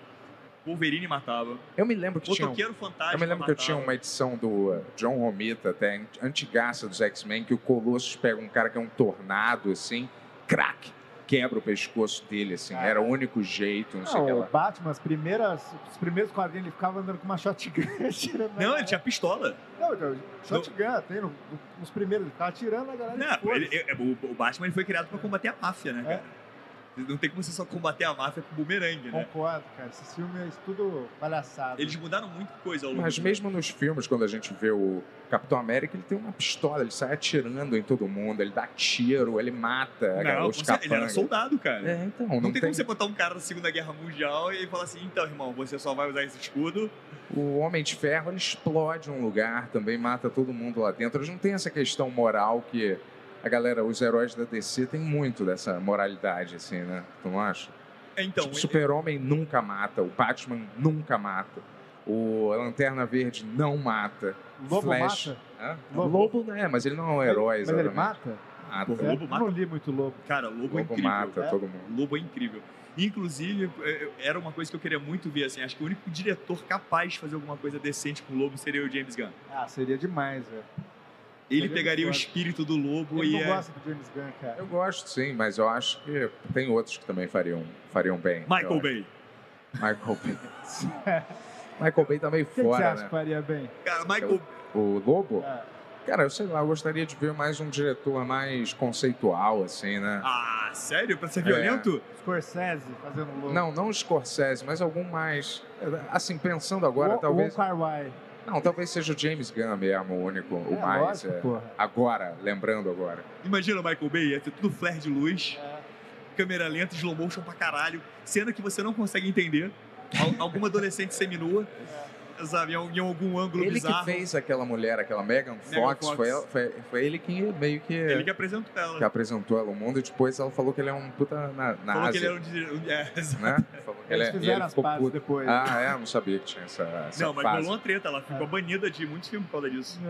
Speaker 7: Wolverine matava.
Speaker 4: eu me lembro que tinha. um-
Speaker 7: Motoqueiro Fantasma
Speaker 4: Eu me lembro que eu tinha um,
Speaker 7: matava.
Speaker 4: uma edição do uh, John Romita, até an- antigaça dos X-Men, que o Colossus pega um cara que é um tornado, assim, crack, quebra o pescoço dele, assim. Era o único jeito, não sei o que
Speaker 8: Não, o
Speaker 4: lá.
Speaker 8: Batman, as primeiras, os primeiros quadrinhos, ele ficava andando com uma shotgun atirando. na
Speaker 7: Não, ele
Speaker 8: galera.
Speaker 7: tinha pistola.
Speaker 8: Não, então, não, shotgun, tem no- no- nos primeiros, ele ficava atirando a galera. e
Speaker 7: Não,
Speaker 8: foda-se.
Speaker 7: ele- é, o, o Batman ele foi criado pra combater a máfia, né,
Speaker 8: É.
Speaker 7: cara? Não tem como você só combater a máfia com bumerangue, né?
Speaker 8: Concordo, cara. Esses filmes, tudo palhaçada.
Speaker 7: Eles mudaram muita coisa ao longo
Speaker 4: Mas
Speaker 7: do-
Speaker 4: mesmo nos filmes, quando a gente vê o Capitão América, ele tem uma pistola, ele sai atirando em todo mundo, ele dá tiro, ele mata a
Speaker 7: Não,
Speaker 4: galera,
Speaker 7: com
Speaker 4: os
Speaker 7: certeza, ele era
Speaker 4: capangas.
Speaker 7: soldado, cara.
Speaker 4: É, então,
Speaker 7: Não, tem, como você botar um cara da Segunda Guerra Mundial e falar assim, então, irmão, você só vai usar esse escudo.
Speaker 4: O Homem de Ferro ele explode um lugar, também mata todo mundo lá dentro. Eles não tem essa questão moral que a galera, os heróis da DC tem muito dessa moralidade, assim, né? Tu não acha?
Speaker 7: É, Então,
Speaker 4: tipo, o Super-Homem nunca mata, o Batman nunca mata, o Lanterna Verde não mata.
Speaker 8: Lobo
Speaker 4: Flash.
Speaker 8: mata?
Speaker 4: Hã?
Speaker 8: Lobo.
Speaker 4: Lobo não é, mas ele não é um herói,
Speaker 8: Mas ele
Speaker 4: exatamente.
Speaker 8: mata?
Speaker 4: Mata.
Speaker 7: O Lobo
Speaker 8: É,
Speaker 7: mata?
Speaker 8: Não li muito Lobo.
Speaker 7: cara, o logo
Speaker 4: Lobo
Speaker 7: é incrível.
Speaker 4: mata
Speaker 8: né?
Speaker 4: todo mundo.
Speaker 7: Lobo é incrível. Inclusive, é, é, era uma coisa que eu queria muito ver, assim. Acho que o único diretor capaz de fazer alguma coisa decente com o Lobo seria o James Gunn.
Speaker 8: Ah, seria demais, velho.
Speaker 7: Ele
Speaker 8: Seria
Speaker 7: pegaria o
Speaker 8: muito
Speaker 7: espírito do Lobo
Speaker 8: Eu
Speaker 7: e é
Speaker 8: não
Speaker 7: ia...
Speaker 8: gosto do James Gunn, cara.
Speaker 4: É. Eu gosto, sim, mas eu acho que tem outros que também fariam, fariam bem. eu
Speaker 7: Michael
Speaker 4: acho.
Speaker 7: Bay.
Speaker 4: Michael Bay. Michael Bay tá meio
Speaker 8: O que, que você
Speaker 4: fora,
Speaker 8: acha
Speaker 4: né?
Speaker 8: que faria bem?
Speaker 7: Cara, Michael...
Speaker 4: O Lobo?
Speaker 8: Ah,
Speaker 4: Cara, eu sei lá, eu gostaria de ver mais um diretor mais conceitual, assim, né?
Speaker 7: Ah, sério? Pra ser
Speaker 4: É.
Speaker 7: violento?
Speaker 8: Scorsese fazendo Lobo.
Speaker 4: Não, não o Scorsese, mas algum mais. Assim, pensando agora,
Speaker 8: o,
Speaker 4: talvez.
Speaker 8: O Kar-Wai.
Speaker 4: Não, talvez seja o James Gunn mesmo, o único, o
Speaker 8: É,
Speaker 4: mais.
Speaker 8: lógico,
Speaker 4: é.
Speaker 8: porra.
Speaker 4: Agora, lembrando agora.
Speaker 7: Imagina o Michael Bay, ia ter tudo flare de luz, câmera lenta, slow motion pra caralho, cena que você não consegue entender, al- alguma adolescente seminua, sabe, em al- em algum ângulo
Speaker 4: Ele
Speaker 7: bizarro.
Speaker 4: que fez aquela mulher, aquela Megan Fox,
Speaker 7: Fox.
Speaker 4: Foi, ela- foi, foi ele que meio que,
Speaker 7: Ele
Speaker 4: é, que...
Speaker 7: que apresentou ela.
Speaker 4: apresentou ela ao mundo e depois ela falou que ele é um puta na, na
Speaker 7: Falou que
Speaker 4: Ásia,
Speaker 7: ele era um... dire- É, exato.
Speaker 4: né? Falou que ele
Speaker 8: Eles
Speaker 4: é- e
Speaker 8: fizeram
Speaker 4: ele
Speaker 8: as
Speaker 4: ficou
Speaker 8: pazes
Speaker 4: puto.
Speaker 8: depois.
Speaker 4: Ah, é? Não sabia que tinha essa, essa
Speaker 7: Não, mas
Speaker 4: fase.
Speaker 7: rolou uma treta, ela ficou banida de muitos filmes por causa disso.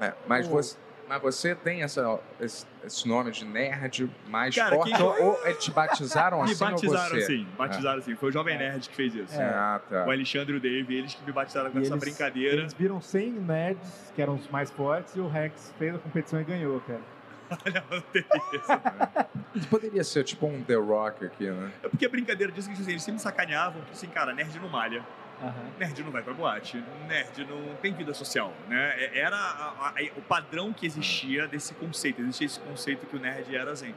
Speaker 8: É.
Speaker 4: É, mas,
Speaker 8: Pô.
Speaker 4: você, mas você tem essa, esse, esse nome de nerd mais
Speaker 7: Cara,
Speaker 4: forte?
Speaker 7: quem-
Speaker 4: Ou ou eles te batizaram assim
Speaker 7: me batizaram
Speaker 4: ou você? É.
Speaker 7: assim, batizaram assim. Foi o Jovem Nerd que fez isso.
Speaker 4: Ah, tá.
Speaker 7: O Alexandre e o Dave, eles que me batizaram com
Speaker 8: E
Speaker 7: essa
Speaker 8: eles-
Speaker 7: brincadeira.
Speaker 8: Eles viram 100 nerds, que eram os mais fortes, e o Rex fez a competição e ganhou, cara.
Speaker 7: Não teve isso.
Speaker 4: Poderia ser tipo um The Rock aqui, né?
Speaker 7: É porque a brincadeira disso que assim, eles sempre sacaneavam, tipo assim, cara, nerd não malha,
Speaker 8: Aham.
Speaker 7: nerd não vai pra boate, nerd não tem vida social, né? É- Era a- a- a- o padrão que existia desse conceito, existia esse conceito que o nerd era zen.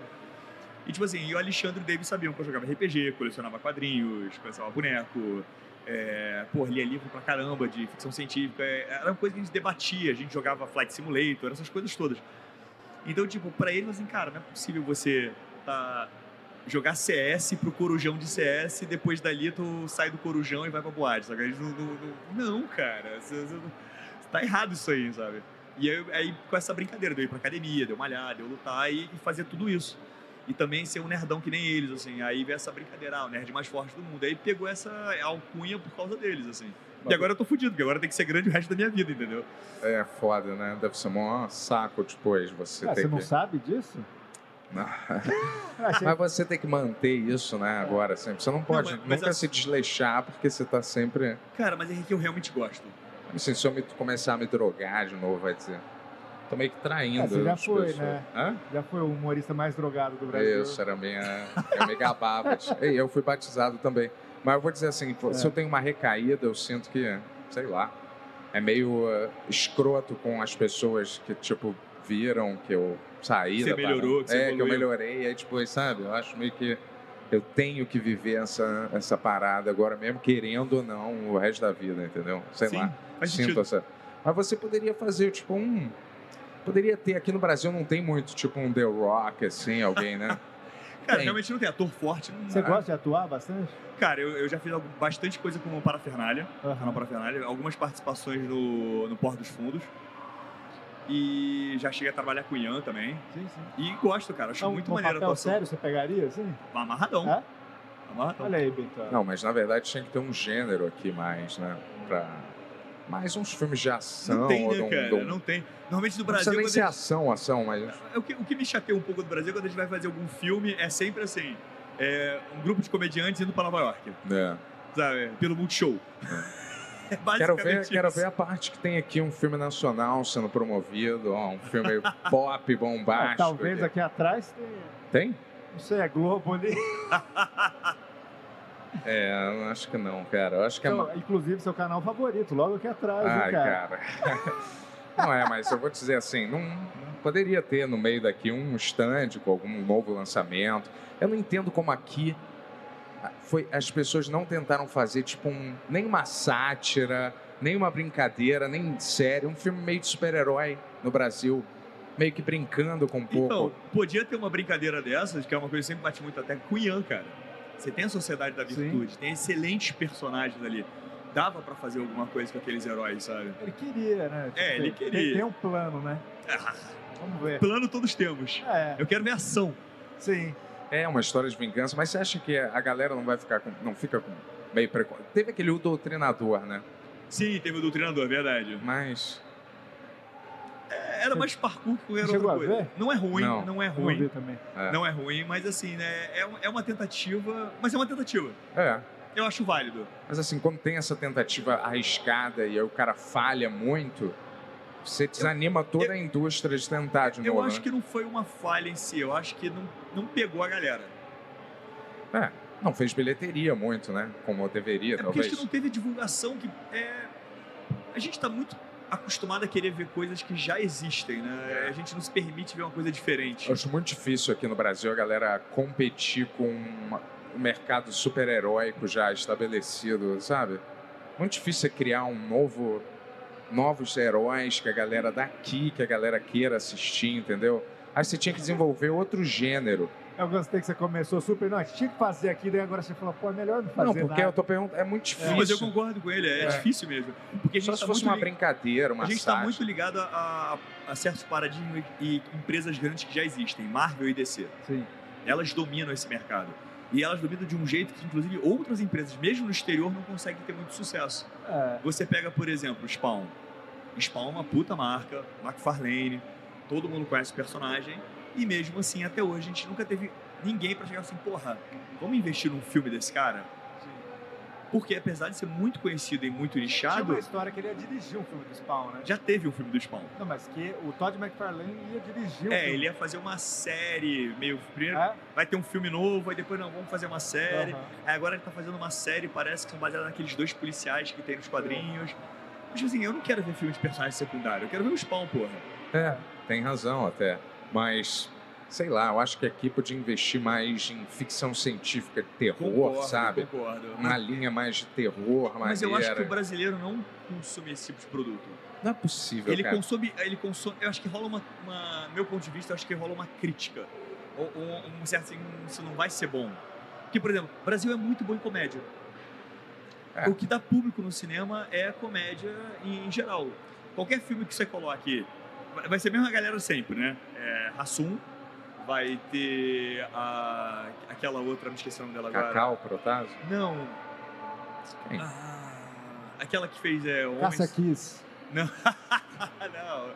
Speaker 7: E tipo assim, e o Alexandre e o David sabiam que eu jogava RPG, colecionava quadrinhos, colecionava boneco, é, pô, lia livro pra caramba de ficção científica, é, era uma coisa que a gente debatia, a gente jogava Flight Simulator, essas coisas todas. Então, tipo, pra eles, assim, cara, não é possível você tá, jogar CS pro corujão de CS e depois dali tu sai do corujão e vai pra boate, sabe? Eles não, não, não, não, cara, você, você não- tá errado isso aí, sabe? E aí, aí com essa brincadeira, deu ir pra academia, deu malhar, deu lutar e, e fazer tudo isso. E também ser um nerdão que nem eles, assim. Aí veio essa brincadeira, ah, o nerd mais forte do mundo. Aí pegou essa é, alcunha por causa deles, assim. E agora eu tô fudido, porque agora tem que ser grande o resto da minha vida, entendeu?
Speaker 4: É foda, né? Deve ser um saco depois você
Speaker 8: Ah,
Speaker 4: ter
Speaker 8: você não
Speaker 4: que.
Speaker 8: sabe disso?
Speaker 4: Não.
Speaker 8: Ah, achei-
Speaker 4: Mas você tem que manter isso, né? Agora sempre. Você não pode
Speaker 7: Não, mas- mas
Speaker 4: nunca
Speaker 7: a-
Speaker 4: se desleixar porque você tá sempre.
Speaker 7: Cara, mas é que eu realmente gosto.
Speaker 4: Assim, se eu me- começar a me drogar de novo, vai dizer. Tô meio que traindo.
Speaker 8: Ah, você já
Speaker 4: as
Speaker 8: foi,
Speaker 4: pessoas.
Speaker 8: né?
Speaker 4: Hã?
Speaker 8: Já foi o humorista mais drogado do Brasil.
Speaker 4: Isso, era minha. Eu me gabava. de- Ei, eu fui batizado também. Mas eu vou dizer assim: pô,
Speaker 7: É.
Speaker 4: se eu tenho uma recaída, eu sinto que, sei lá, é meio eh, escroto com as pessoas que, tipo, viram que eu saí
Speaker 7: Você
Speaker 4: da parada.
Speaker 7: melhorou, que você
Speaker 4: É, que eu
Speaker 7: evoluiu.
Speaker 4: melhorei. Aí, tipo, sabe, eu acho meio que eu tenho que viver essa, essa parada agora, mesmo querendo ou não, o resto da vida, entendeu? Sei
Speaker 7: Sim, tá
Speaker 4: lá.
Speaker 7: faz
Speaker 4: Sinto
Speaker 7: sentido.
Speaker 4: essa- Mas você poderia fazer, tipo, um. Poderia ter, aqui no Brasil não tem muito, tipo um The Rock, assim, alguém, né?
Speaker 7: Cara,
Speaker 4: Tem.
Speaker 7: realmente não tem ator forte. não-
Speaker 8: Você gosta de atuar bastante?
Speaker 7: Cara, eu, eu já fiz algum- bastante coisa como parafernália, canal
Speaker 8: Aham.
Speaker 7: parafernália, algumas participações no, no Porto dos Fundos. E já cheguei a trabalhar com o Ian também.
Speaker 8: Sim, sim.
Speaker 7: E gosto, cara. Acho
Speaker 8: Então,
Speaker 7: muito
Speaker 8: um
Speaker 7: maneiro a
Speaker 8: papel
Speaker 7: atuação.
Speaker 8: sério você pegaria, assim?
Speaker 7: Amarradão.
Speaker 8: Hã?
Speaker 7: Amarradão.
Speaker 8: Olha aí, Bento.
Speaker 4: Não, mas na verdade tinha que ter um gênero aqui mais, né? Pra. Mais uns filmes de ação.
Speaker 7: não tem,
Speaker 4: ou de
Speaker 7: né,
Speaker 4: um-
Speaker 7: cara?
Speaker 4: de um-
Speaker 7: Não tem. Normalmente no
Speaker 4: Não precisa
Speaker 7: Brasil.
Speaker 4: nem
Speaker 7: quando
Speaker 4: ser assim.
Speaker 7: a gente-
Speaker 4: ação, ação, mas.
Speaker 7: É, O que, o que me chateia um pouco do Brasil quando a gente vai fazer algum filme é sempre assim: é, um grupo de comediantes indo pra Nova York,
Speaker 4: né.
Speaker 7: sabe? Pelo Multishow. É
Speaker 4: Quero
Speaker 7: basicamente
Speaker 4: ver, quero
Speaker 7: isso.
Speaker 4: ver a parte que tem aqui um filme nacional sendo promovido, ó, um filme pop, bombástico.
Speaker 8: Ah, talvez aqui
Speaker 4: aqui.
Speaker 8: atrás tenha.
Speaker 4: Tem?
Speaker 8: Não sei, é Globo ali.
Speaker 4: É, eu acho que não, cara. Eu acho que é. ma-
Speaker 8: Então, inclusive, seu canal favorito, logo aqui atrás,
Speaker 4: Ai,
Speaker 8: hein, cara?
Speaker 4: cara. não é, mas eu vou dizer assim, não, não poderia ter no meio daqui um stand com algum novo lançamento. Eu não entendo como aqui ah, foi, as pessoas não tentaram fazer tipo um, nem uma sátira, nem uma brincadeira, nem série, um filme meio de super-herói no Brasil, meio que brincando com um
Speaker 7: Então,
Speaker 4: pouco.
Speaker 7: podia ter uma brincadeira dessas, que é uma coisa que sempre bate muito até com o Ian, cara. Você tem a Sociedade da
Speaker 8: Sim.
Speaker 7: Virtude, tem excelentes personagens ali. Dava pra fazer alguma coisa com aqueles heróis, sabe?
Speaker 8: Ele queria, né?
Speaker 7: É, ele
Speaker 8: tem-
Speaker 7: queria. Ah,
Speaker 8: Tem, tem um plano, né? Vamos ver.
Speaker 7: Plano todos temos.
Speaker 8: É,
Speaker 7: Eu quero ver ação.
Speaker 8: sim.
Speaker 4: É uma história de vingança, mas você acha que a galera não vai ficar com, não fica com meio preco... Teve aquele o doutrinador, né?
Speaker 7: Sim, teve o Doutrinador, é verdade.
Speaker 4: Mas
Speaker 7: É, Era mais parkour que qualquer
Speaker 8: Chegou
Speaker 7: outra
Speaker 8: a
Speaker 7: coisa.
Speaker 8: ver?
Speaker 7: Não é ruim,
Speaker 4: Não.
Speaker 7: não, é
Speaker 8: Vamos
Speaker 7: ruim.
Speaker 8: ver também.
Speaker 7: Não é ruim, mas assim, né? É, um- é uma tentativa. Mas é uma tentativa.
Speaker 4: é,
Speaker 7: Eu acho válido.
Speaker 4: Mas assim, quando tem essa tentativa arriscada e aí o cara falha muito, você desanima toda a indústria de tentar de
Speaker 7: Eu
Speaker 4: novo.
Speaker 7: acho
Speaker 4: né?
Speaker 7: que não foi uma falha em si, eu acho que não, não pegou a galera.
Speaker 4: É, Não fez bilheteria muito, né? Como deveria,
Speaker 7: É porque
Speaker 4: talvez.
Speaker 7: acho que não teve divulgação que é... a gente tá muito acostumado a querer ver coisas que já existem,
Speaker 4: É.
Speaker 7: né? A gente não se permite ver uma coisa diferente.
Speaker 4: Eu acho muito difícil aqui no Brasil a galera competir com uma- um mercado super-heróico já estabelecido, sabe? Muito difícil você criar um novo novos heróis que a galera daqui, que a galera queira assistir, entendeu? Aí você tinha que desenvolver outro gênero.
Speaker 8: Eu gostei que você começou super. Não, tinha que fazer aqui, daí agora você falou, pô, é melhor não fazer.
Speaker 4: Não, porque
Speaker 8: nada.
Speaker 4: eu tô perguntando. É muito
Speaker 7: Não,
Speaker 4: difícil.
Speaker 7: mas eu concordo com ele, é,
Speaker 4: É.
Speaker 7: difícil mesmo. Porque a gente
Speaker 4: Só
Speaker 7: tá
Speaker 4: se fosse uma
Speaker 7: muito li-
Speaker 4: brincadeira, uma
Speaker 7: A gente está
Speaker 4: sátira.
Speaker 7: muito ligado a, a- a certos paradigmas e empresas grandes que já existem, Marvel e DC.
Speaker 8: Sim.
Speaker 7: Elas dominam esse mercado. E elas dominam de um jeito que, inclusive, outras empresas, mesmo no exterior, não conseguem ter muito sucesso.
Speaker 8: É.
Speaker 7: Você pega, por exemplo, Spawn. Spawn é uma puta marca, McFarlane, todo mundo conhece o personagem. E mesmo assim, até hoje, a gente nunca teve ninguém pra chegar assim, porra, vamos investir num filme desse cara? Porque apesar de ser muito conhecido e muito
Speaker 8: Tinha
Speaker 7: lixado,
Speaker 8: uma história que ele ia dirigir um filme do Spawn, né?
Speaker 7: já teve um filme do Spawn.
Speaker 8: Não, mas que o Todd McFarlane ia dirigir um
Speaker 7: É,
Speaker 8: filme.
Speaker 7: ele ia fazer uma série meio. Primeiro
Speaker 8: É?
Speaker 7: vai ter um filme novo, aí depois não, vamos fazer uma série.
Speaker 8: Aham.
Speaker 7: Aí agora ele tá fazendo uma série, parece que são baseadas naqueles dois policiais que tem nos quadrinhos. Mas tipo assim, eu não quero ver filme de personagem secundário, eu quero ver o Spawn, porra.
Speaker 4: É, tem razão até. Mas, sei lá, eu acho que aqui podia investir mais em ficção científica de terror, sabe?
Speaker 7: Concordo.
Speaker 4: Uma linha mais de terror,
Speaker 7: Mas eu acho que
Speaker 4: maneira.
Speaker 7: o brasileiro não consome esse tipo de produto.
Speaker 4: Não é possível,
Speaker 7: ele
Speaker 4: cara.
Speaker 7: consome, ele consome. Eu acho que rola uma, uma- meu ponto de vista, eu acho que rola uma crítica ou, ou um certo assim, um, isso não vai ser bom. Que por exemplo, o Brasil é muito bom em comédia.
Speaker 4: É.
Speaker 7: O que dá público no cinema é comédia em, em geral. Qualquer filme que você coloque, vai- vai ser a mesma galera sempre, né? É, Hassum, vai ter a, aquela outra, me esqueci o nome dela agora.
Speaker 4: Cacau, Protásio?
Speaker 7: Não.
Speaker 4: Quem?
Speaker 7: Ah, aquela que fez é, Homens...
Speaker 8: Caça Kiss.
Speaker 7: Não. não.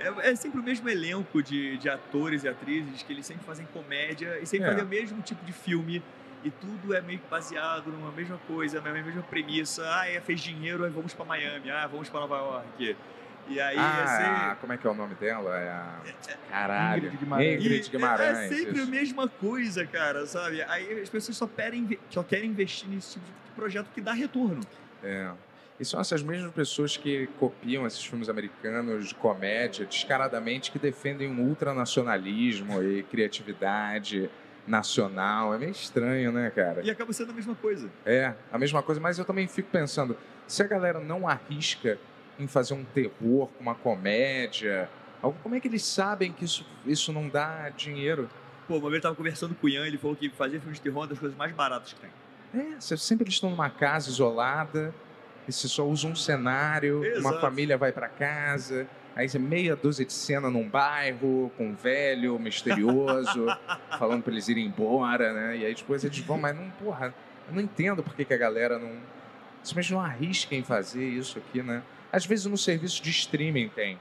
Speaker 7: É, é sempre o mesmo elenco de, de atores e atrizes que eles sempre fazem comédia e sempre
Speaker 4: É.
Speaker 7: fazem o mesmo tipo de filme. E tudo é meio que baseado numa mesma coisa, na mesma premissa. Ah, é, fez dinheiro, aí vamos pra Miami. Ah, vamos pra Nova York. E aí
Speaker 4: ah,
Speaker 7: é
Speaker 4: como é que é o nome dela? É a...
Speaker 7: sempre...
Speaker 4: Caralho.
Speaker 8: Ingrid Guimarães.
Speaker 4: Ingrid
Speaker 7: E
Speaker 4: Guimarães.
Speaker 7: É sempre a
Speaker 4: isso.
Speaker 7: mesma coisa, cara, sabe? Aí as pessoas só, querem, só querem investir nesse tipo de projeto que dá retorno.
Speaker 4: É. E são essas mesmas pessoas que copiam esses filmes americanos de comédia descaradamente que defendem um ultranacionalismo e criatividade nacional. É meio estranho, né, cara?
Speaker 7: E acaba sendo a mesma coisa.
Speaker 4: É, a mesma coisa, mas eu também fico pensando, se a galera não arrisca em fazer um terror com uma comédia, algo- como é que eles sabem que isso, isso não dá dinheiro?
Speaker 7: Pô, uma vez eu tava conversando com o Ian, ele falou que fazer filme de terror é uma das coisas mais baratas que tem.
Speaker 4: É, se- sempre eles estão numa casa isolada, e se só usa um cenário, uma
Speaker 7: Exato.
Speaker 4: família vai pra casa, aí você meia dúzia de cena num bairro, com um velho misterioso, falando pra eles irem embora, né? E aí depois eles vão, mas não, porra, eu não entendo por que, que a galera não. Simplesmente não arrisca em fazer isso aqui, né? Às vezes no serviço de streaming tem,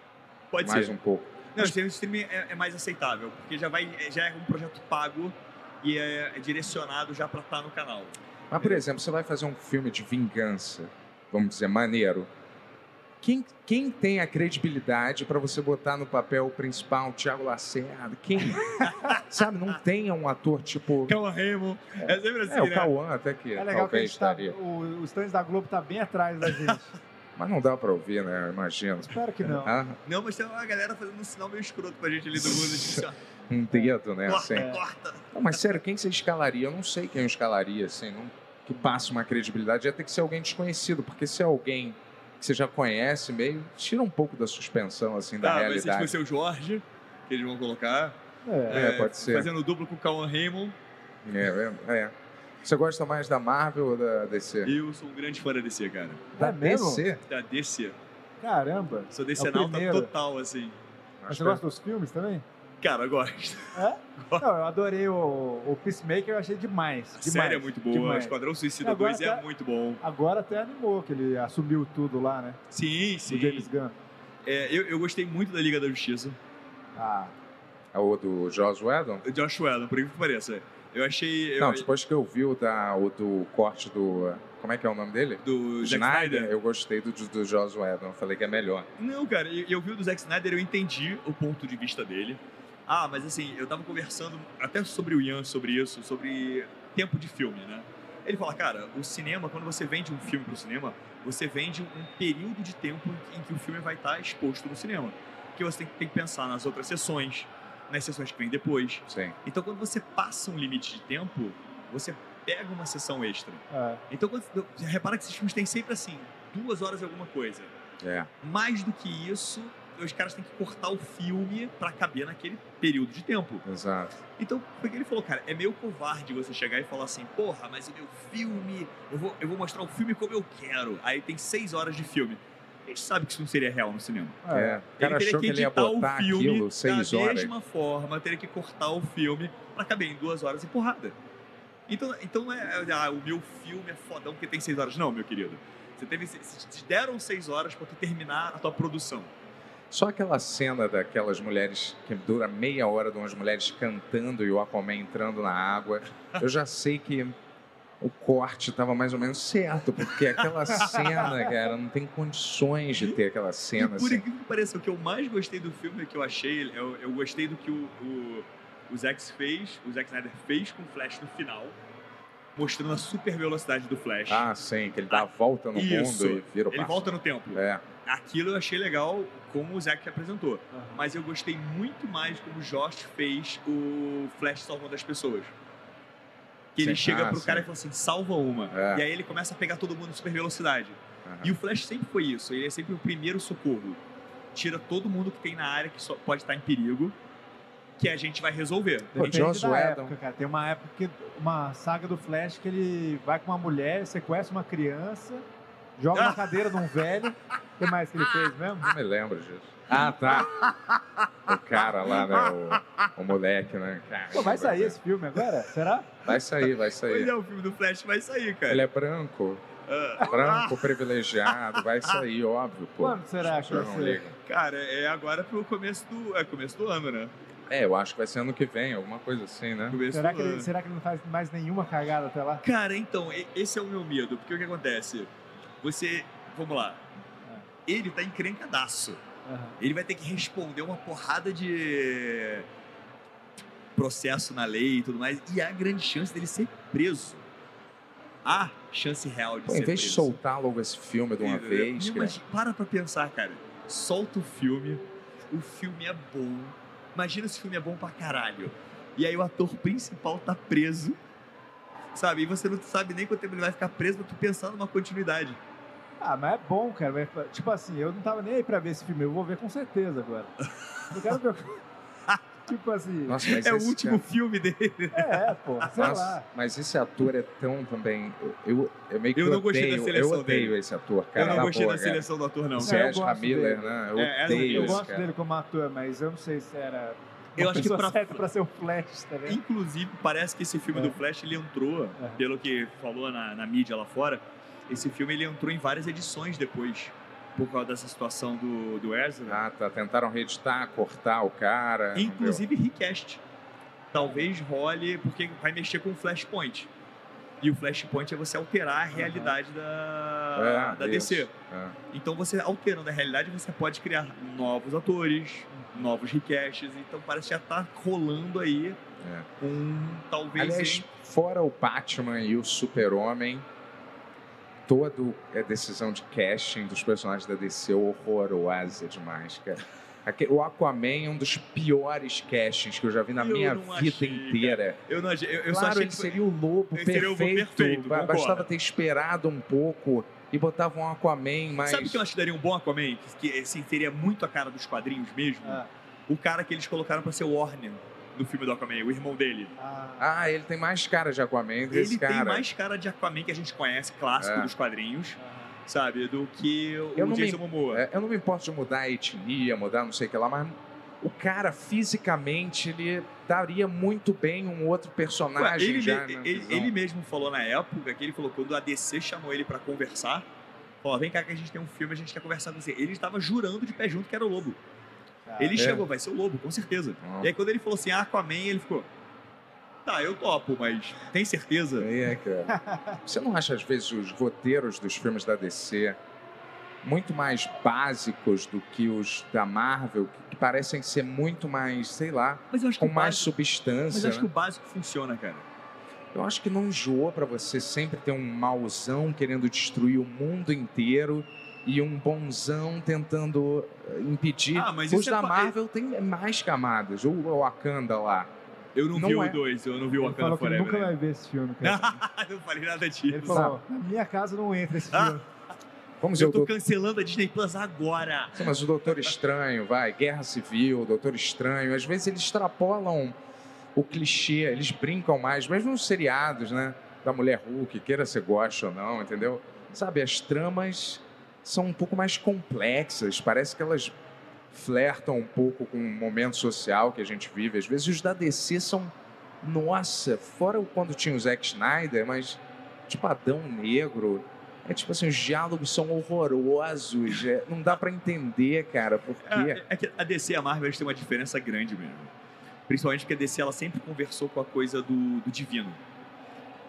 Speaker 7: Pode
Speaker 4: mais
Speaker 7: ser.
Speaker 4: um pouco.
Speaker 7: Não, o serviço de streaming é, é mais aceitável, porque já, vai, é- já é um projeto pago e é, é direcionado já pra estar no canal.
Speaker 4: Mas, por exemplo, você vai fazer um filme de vingança, vamos dizer, maneiro. Quem, quem tem a credibilidade para você botar no papel principal o Thiago Lacerda? Quem? Sabe, não tenha um ator tipo.
Speaker 7: Calma, Remo. É sempre assim,
Speaker 4: É, o
Speaker 7: né?
Speaker 4: Cauã até que
Speaker 8: É legal que a
Speaker 4: talvez
Speaker 8: gente tá,
Speaker 4: estaria.
Speaker 8: o, os stands da Globo tá bem atrás da gente.
Speaker 4: Mas não dá pra ouvir, né? Eu Imagino.
Speaker 8: Espero que não.
Speaker 4: Ah,
Speaker 7: Não, mas tem uma galera fazendo um sinal meio escroto pra gente ali do mundo, tipo assim, ó,
Speaker 4: um dedo, né?
Speaker 7: corta,
Speaker 4: Assim.
Speaker 7: corta.
Speaker 4: Não, mas sério, quem você escalaria? Eu não sei quem eu escalaria, assim, não- que passa uma credibilidade. Ia ter que ser alguém desconhecido, porque se é alguém que você já conhece meio, tira um pouco da suspensão, assim, da
Speaker 8: Ah,
Speaker 7: Tá, vai ser
Speaker 4: realidade.
Speaker 7: tipo o seu Jorge, que eles vão colocar.
Speaker 8: É.
Speaker 4: É, pode ser.
Speaker 7: Fazendo duplo com o Calma Raymond.
Speaker 4: É, é, é. Você gosta mais da Marvel ou da DC?
Speaker 7: Eu sou um grande fã da DC, cara.
Speaker 4: da
Speaker 8: É mesmo?
Speaker 4: DC?
Speaker 7: Da DC.
Speaker 8: Caramba.
Speaker 7: Sou
Speaker 8: É o
Speaker 7: DC-nauta
Speaker 8: primeiro.
Speaker 7: total, assim.
Speaker 8: Mas você gosta dos filmes também? É?
Speaker 7: Cara, eu gosto.
Speaker 8: Não, eu adorei o, o Peacemaker, eu achei demais.
Speaker 7: A
Speaker 8: demais
Speaker 7: série é muito boa,
Speaker 8: demais.
Speaker 7: Esquadrão Suicida
Speaker 8: Agora
Speaker 7: 2
Speaker 8: tá-
Speaker 7: é muito bom.
Speaker 8: Agora até animou que ele assumiu tudo lá, né?
Speaker 7: Sim,
Speaker 8: O James
Speaker 7: sim.
Speaker 8: Gunn.
Speaker 7: É, eu, eu gostei muito da Liga da Justiça.
Speaker 8: Ah,
Speaker 4: É o do Joss Whedon?
Speaker 7: O Josh Whedon, por incrível que pareça. Eu achei. Eu,
Speaker 4: Não, depois que eu vi o, da, o do corte do... Como é que é o nome dele?
Speaker 7: do Zack Snyder.
Speaker 4: Eu gostei do, do Joss Whedon. Eu falei que é melhor.
Speaker 7: Não, cara, eu, eu vi o do Zack Snyder, eu entendi o ponto de vista dele. Ah, mas assim, eu tava conversando até sobre o Ian sobre isso, sobre tempo de filme, né? Ele fala, cara, o cinema, quando você vende um filme pro cinema, você vende um período de tempo em que o filme vai estar exposto no cinema. Que você tem que, tem que pensar nas outras sessões, nas sessões que vem depois.
Speaker 4: Sim.
Speaker 7: Então, quando você passa um limite de tempo, você pega uma sessão extra.
Speaker 8: é.
Speaker 7: Então, quando, repara que esses filmes têm sempre assim, duas horas e alguma coisa.
Speaker 4: É.
Speaker 7: Mais do que isso, os caras têm que cortar o filme pra caber naquele período de tempo.
Speaker 4: Exato.
Speaker 7: Então, porque ele falou, cara, é meio covarde você chegar e falar assim, porra, mas o meu filme, eu vou, eu vou mostrar o filme como eu quero. Aí tem seis horas de filme. A gente sabe que isso não seria real no cinema.
Speaker 4: É. O cara
Speaker 7: teria
Speaker 4: achou que ele ia
Speaker 7: editar
Speaker 4: botar
Speaker 7: o filme
Speaker 4: aquilo seis
Speaker 7: da
Speaker 4: horas.
Speaker 7: mesma forma, teria que cortar o filme pra caber em duas horas e porrada. Então, então não é, ah, o meu filme é fodão porque tem seis horas. Não, meu querido. Você teve, se- se te deram seis horas pra tu terminar a tua produção.
Speaker 4: Só aquela cena daquelas mulheres que dura meia hora de umas mulheres cantando e o Aquaman entrando na água. Eu já sei que o corte estava mais ou menos certo, porque aquela cena, cara, não tem condições de ter aquela
Speaker 7: E
Speaker 4: cena
Speaker 7: por
Speaker 4: assim.
Speaker 7: incrível que pareça, o que eu mais gostei do filme, que eu achei, eu, eu gostei do que o, o, o Zack fez, o Zack Snyder fez com o Flash no final, mostrando a super velocidade do Flash.
Speaker 4: Ah, sim, que ele dá a volta no
Speaker 7: Isso.
Speaker 4: mundo e vira o
Speaker 7: Ele
Speaker 4: passo.
Speaker 7: volta no tempo.
Speaker 4: É,
Speaker 7: Aquilo eu achei legal como o Zack apresentou. Mas eu gostei muito mais como o Josh fez o Flash salvando as pessoas. Que ele
Speaker 4: Sim.
Speaker 7: chega
Speaker 4: Ah,
Speaker 7: pro
Speaker 4: sim.
Speaker 7: cara e fala assim, salva uma.
Speaker 4: É.
Speaker 7: E aí ele começa a pegar todo mundo em super velocidade.
Speaker 4: aham.
Speaker 7: E o Flash sempre foi isso, ele é sempre o primeiro socorro. Tira todo mundo que tem na área que só pode estar em perigo, que a gente vai resolver.
Speaker 4: Pô,
Speaker 7: E-
Speaker 8: Depende
Speaker 4: Joss
Speaker 8: da
Speaker 4: Whedon.
Speaker 8: época, cara. Tem uma época que uma saga do Flash que ele vai com uma mulher, sequestra uma criança, joga na cadeira de um velho. O que mais que ele fez mesmo?
Speaker 4: Não me lembro disso. Ah, tá. O cara lá, né? O, o moleque, né? Cara,
Speaker 8: Pô, vai sair esse filme agora? Será?
Speaker 4: Vai sair, vai
Speaker 7: Pois
Speaker 4: sair.
Speaker 7: é, o filme do Flash vai sair, cara.
Speaker 4: Ele é branco.
Speaker 7: Ah,
Speaker 4: Branco, privilegiado, vai sair, óbvio, pô.
Speaker 8: Quando será que
Speaker 4: Eu
Speaker 8: vai
Speaker 4: não
Speaker 8: ser?
Speaker 4: ligo.
Speaker 7: cara, é agora pro começo do. É começo do ano, né?
Speaker 4: É, eu acho que vai ser ano que vem, alguma coisa assim, né?
Speaker 7: Começo
Speaker 8: Será
Speaker 7: do
Speaker 8: que, ele,
Speaker 7: ano.
Speaker 8: será que ele não é. faz mais nenhuma cagada até lá?
Speaker 7: Cara, então, e- esse é o meu medo, porque o que acontece? Você. Vamos lá. Ele tá encrencadaço.
Speaker 8: Aham.
Speaker 7: Ele vai ter que responder uma porrada de processo na lei e tudo mais. E há grande chance dele ser preso. Há chance real de
Speaker 4: Pô,
Speaker 7: ser
Speaker 4: em vez de
Speaker 7: preso.
Speaker 4: soltar logo esse filme de uma
Speaker 7: Entendeu?
Speaker 4: vez, é-
Speaker 7: Não,
Speaker 4: cara.
Speaker 7: mas para pra pensar, cara. Solta o filme. O filme é bom. Imagina se o filme é bom pra caralho. E aí o ator principal tá preso. Sabe? E você não sabe nem quanto tempo ele vai ficar preso pra tu pensar numa continuidade.
Speaker 8: Ah, mas é bom, cara. Vai- Tipo assim, eu não tava nem aí pra ver esse filme. Eu vou ver com certeza agora. Eu quero ver... tipo assim...
Speaker 4: Nossa, mas
Speaker 7: é o
Speaker 4: esse
Speaker 7: último filme dele. né?
Speaker 8: É, pô. Sei
Speaker 4: cara-
Speaker 8: lá.
Speaker 4: Nossa, mas esse ator é tão também. Eu, eu, eu meio que
Speaker 7: Eu não gostei da
Speaker 4: odeio,
Speaker 7: seleção
Speaker 4: eu odeio
Speaker 7: dele.
Speaker 4: esse ator, cara.
Speaker 7: eu não
Speaker 4: na
Speaker 7: gostei
Speaker 4: boa,
Speaker 7: da
Speaker 4: cara. é
Speaker 7: seleção É, do ator, não.
Speaker 4: O
Speaker 8: Sério?
Speaker 4: Sérgio
Speaker 8: Eu gosto
Speaker 4: Ramiller,
Speaker 8: dele.
Speaker 4: né? Eu
Speaker 7: É, é,
Speaker 4: odeio
Speaker 8: Eu
Speaker 4: esse
Speaker 8: gosto
Speaker 4: cara.
Speaker 8: dele como ator, mas eu não sei se era...
Speaker 7: Eu acho que
Speaker 8: pessoa
Speaker 7: pra-
Speaker 8: certa pra ser o Flash, tá
Speaker 4: É.
Speaker 8: vendo?
Speaker 7: Inclusive, parece que esse filme
Speaker 8: É.
Speaker 7: do Flash, ele entrou,
Speaker 8: É.
Speaker 7: pelo que falou na, na mídia lá fora, esse filme ele entrou em várias edições depois, por causa dessa situação do, do Ezra.
Speaker 4: Ah, é, tá. Tentaram reeditar, cortar o cara. não
Speaker 7: Inclusive, request. Talvez role, porque vai mexer com o Flashpoint. E o Flashpoint é você alterar a realidade
Speaker 4: deu.
Speaker 7: da,
Speaker 4: É,
Speaker 7: ah, da
Speaker 4: isso.
Speaker 7: DC.
Speaker 4: É.
Speaker 7: Então, você alterando a realidade, você pode criar novos atores, novos requests. Então, parece que já tá rolando aí um talvez...
Speaker 4: É. Aliás, fora o Batman e o Super-Homem, toda a decisão de casting dos personagens da DC é horrorosa demais, cara. Aque- O Aquaman é um dos piores castings que eu já vi na
Speaker 7: Eu
Speaker 4: minha
Speaker 7: não
Speaker 4: vida
Speaker 7: achei,
Speaker 4: inteira.
Speaker 7: Eu não achei- eu, eu só
Speaker 4: claro,
Speaker 7: achei
Speaker 4: ele
Speaker 7: que
Speaker 4: seria o lobo
Speaker 7: ele
Speaker 4: perfeito.
Speaker 7: seria o lobo perfeito,
Speaker 4: ba-
Speaker 7: concordo.
Speaker 4: Bastava ter esperado um pouco e botava um Aquaman mais...
Speaker 7: Sabe o que eu acho que daria um bom Aquaman? Que, que assim, teria muito a cara dos quadrinhos mesmo?
Speaker 8: Ah,
Speaker 7: O cara que eles colocaram pra ser o Warner no filme do Aquaman, o irmão dele.
Speaker 8: ah,
Speaker 4: Ah, ele tem mais cara de Aquaman do que esse
Speaker 7: Ele
Speaker 4: cara.
Speaker 7: tem mais cara de Aquaman que a gente conhece, clássico
Speaker 4: É.
Speaker 7: dos quadrinhos,
Speaker 8: ah.
Speaker 7: sabe? Do que o
Speaker 4: Eu não me-
Speaker 7: Jason Momoa.
Speaker 4: É, eu não me importo de mudar a etnia, mudar não sei o que lá, mas o cara fisicamente ele daria muito bem um outro
Speaker 7: Ué,
Speaker 4: personagem
Speaker 7: ele,
Speaker 4: já.
Speaker 7: me-
Speaker 4: na
Speaker 7: ele-
Speaker 4: visão.
Speaker 7: ele mesmo falou na época que ele falou quando a DC chamou ele pra conversar. Ó, vem cá que a gente tem um filme, a gente quer conversar com você. Ele estava jurando de pé junto que era o Lobo. ele
Speaker 4: é?
Speaker 7: chegou, vai ser o Lobo, com certeza.
Speaker 4: Ah.
Speaker 7: E aí quando ele falou assim, ah, Aquaman, ele ficou... Tá, eu topo, mas tem certeza?
Speaker 4: É, cara. Você não acha às vezes os roteiros dos filmes da DC muito mais básicos do que os da Marvel, que parecem ser muito mais, sei lá,
Speaker 7: Mas eu acho que
Speaker 4: com
Speaker 7: o
Speaker 4: mais
Speaker 7: básico, mas eu
Speaker 4: substância.
Speaker 7: acho que o
Speaker 4: né?
Speaker 7: básico funciona, cara.
Speaker 4: Eu acho que não enjoou pra você sempre ter um mauzão querendo destruir o mundo inteiro e um bonzão tentando eh, impedir.
Speaker 7: Ah, mas
Speaker 4: Os
Speaker 7: isso é
Speaker 4: da
Speaker 7: fa-
Speaker 4: Marvel tem mais camadas. O Wakanda lá.
Speaker 7: Eu não,
Speaker 4: Não
Speaker 7: vi
Speaker 4: é.
Speaker 7: o 2, eu não vi o
Speaker 8: Ele
Speaker 7: Wakanda
Speaker 8: falou que
Speaker 7: Forever.
Speaker 8: nunca
Speaker 7: ainda.
Speaker 8: vai ver esse filme, cara.
Speaker 7: não falei nada
Speaker 8: Ele
Speaker 7: disso.
Speaker 8: falou, na minha casa não entra esse filme.
Speaker 4: Vamos ver
Speaker 7: Ah. Eu
Speaker 4: o
Speaker 7: tô
Speaker 4: Doutor.
Speaker 7: cancelando a Disney Plus agora.
Speaker 4: Mas o Doutor Estranho, vai, Guerra Civil, Doutor Estranho. Às vezes eles extrapolam o clichê, eles brincam mais, mesmo nos seriados, né? Da mulher Hulk, queira você goste ou não, entendeu? Sabe, as tramas são um pouco mais complexas, parece que elas flertam um pouco com o momento social que a gente vive. Às vezes os da DC são, nossa, fora o quando tinha o Zack Snyder, mas tipo Adão Negro. É tipo assim, os diálogos são horrorosos, é, não dá pra entender, cara, por
Speaker 7: É,
Speaker 4: quê.
Speaker 7: é- é que a DC e a Marvel eles têm uma diferença grande mesmo. Principalmente porque a DC ela sempre conversou com a coisa do, do divino.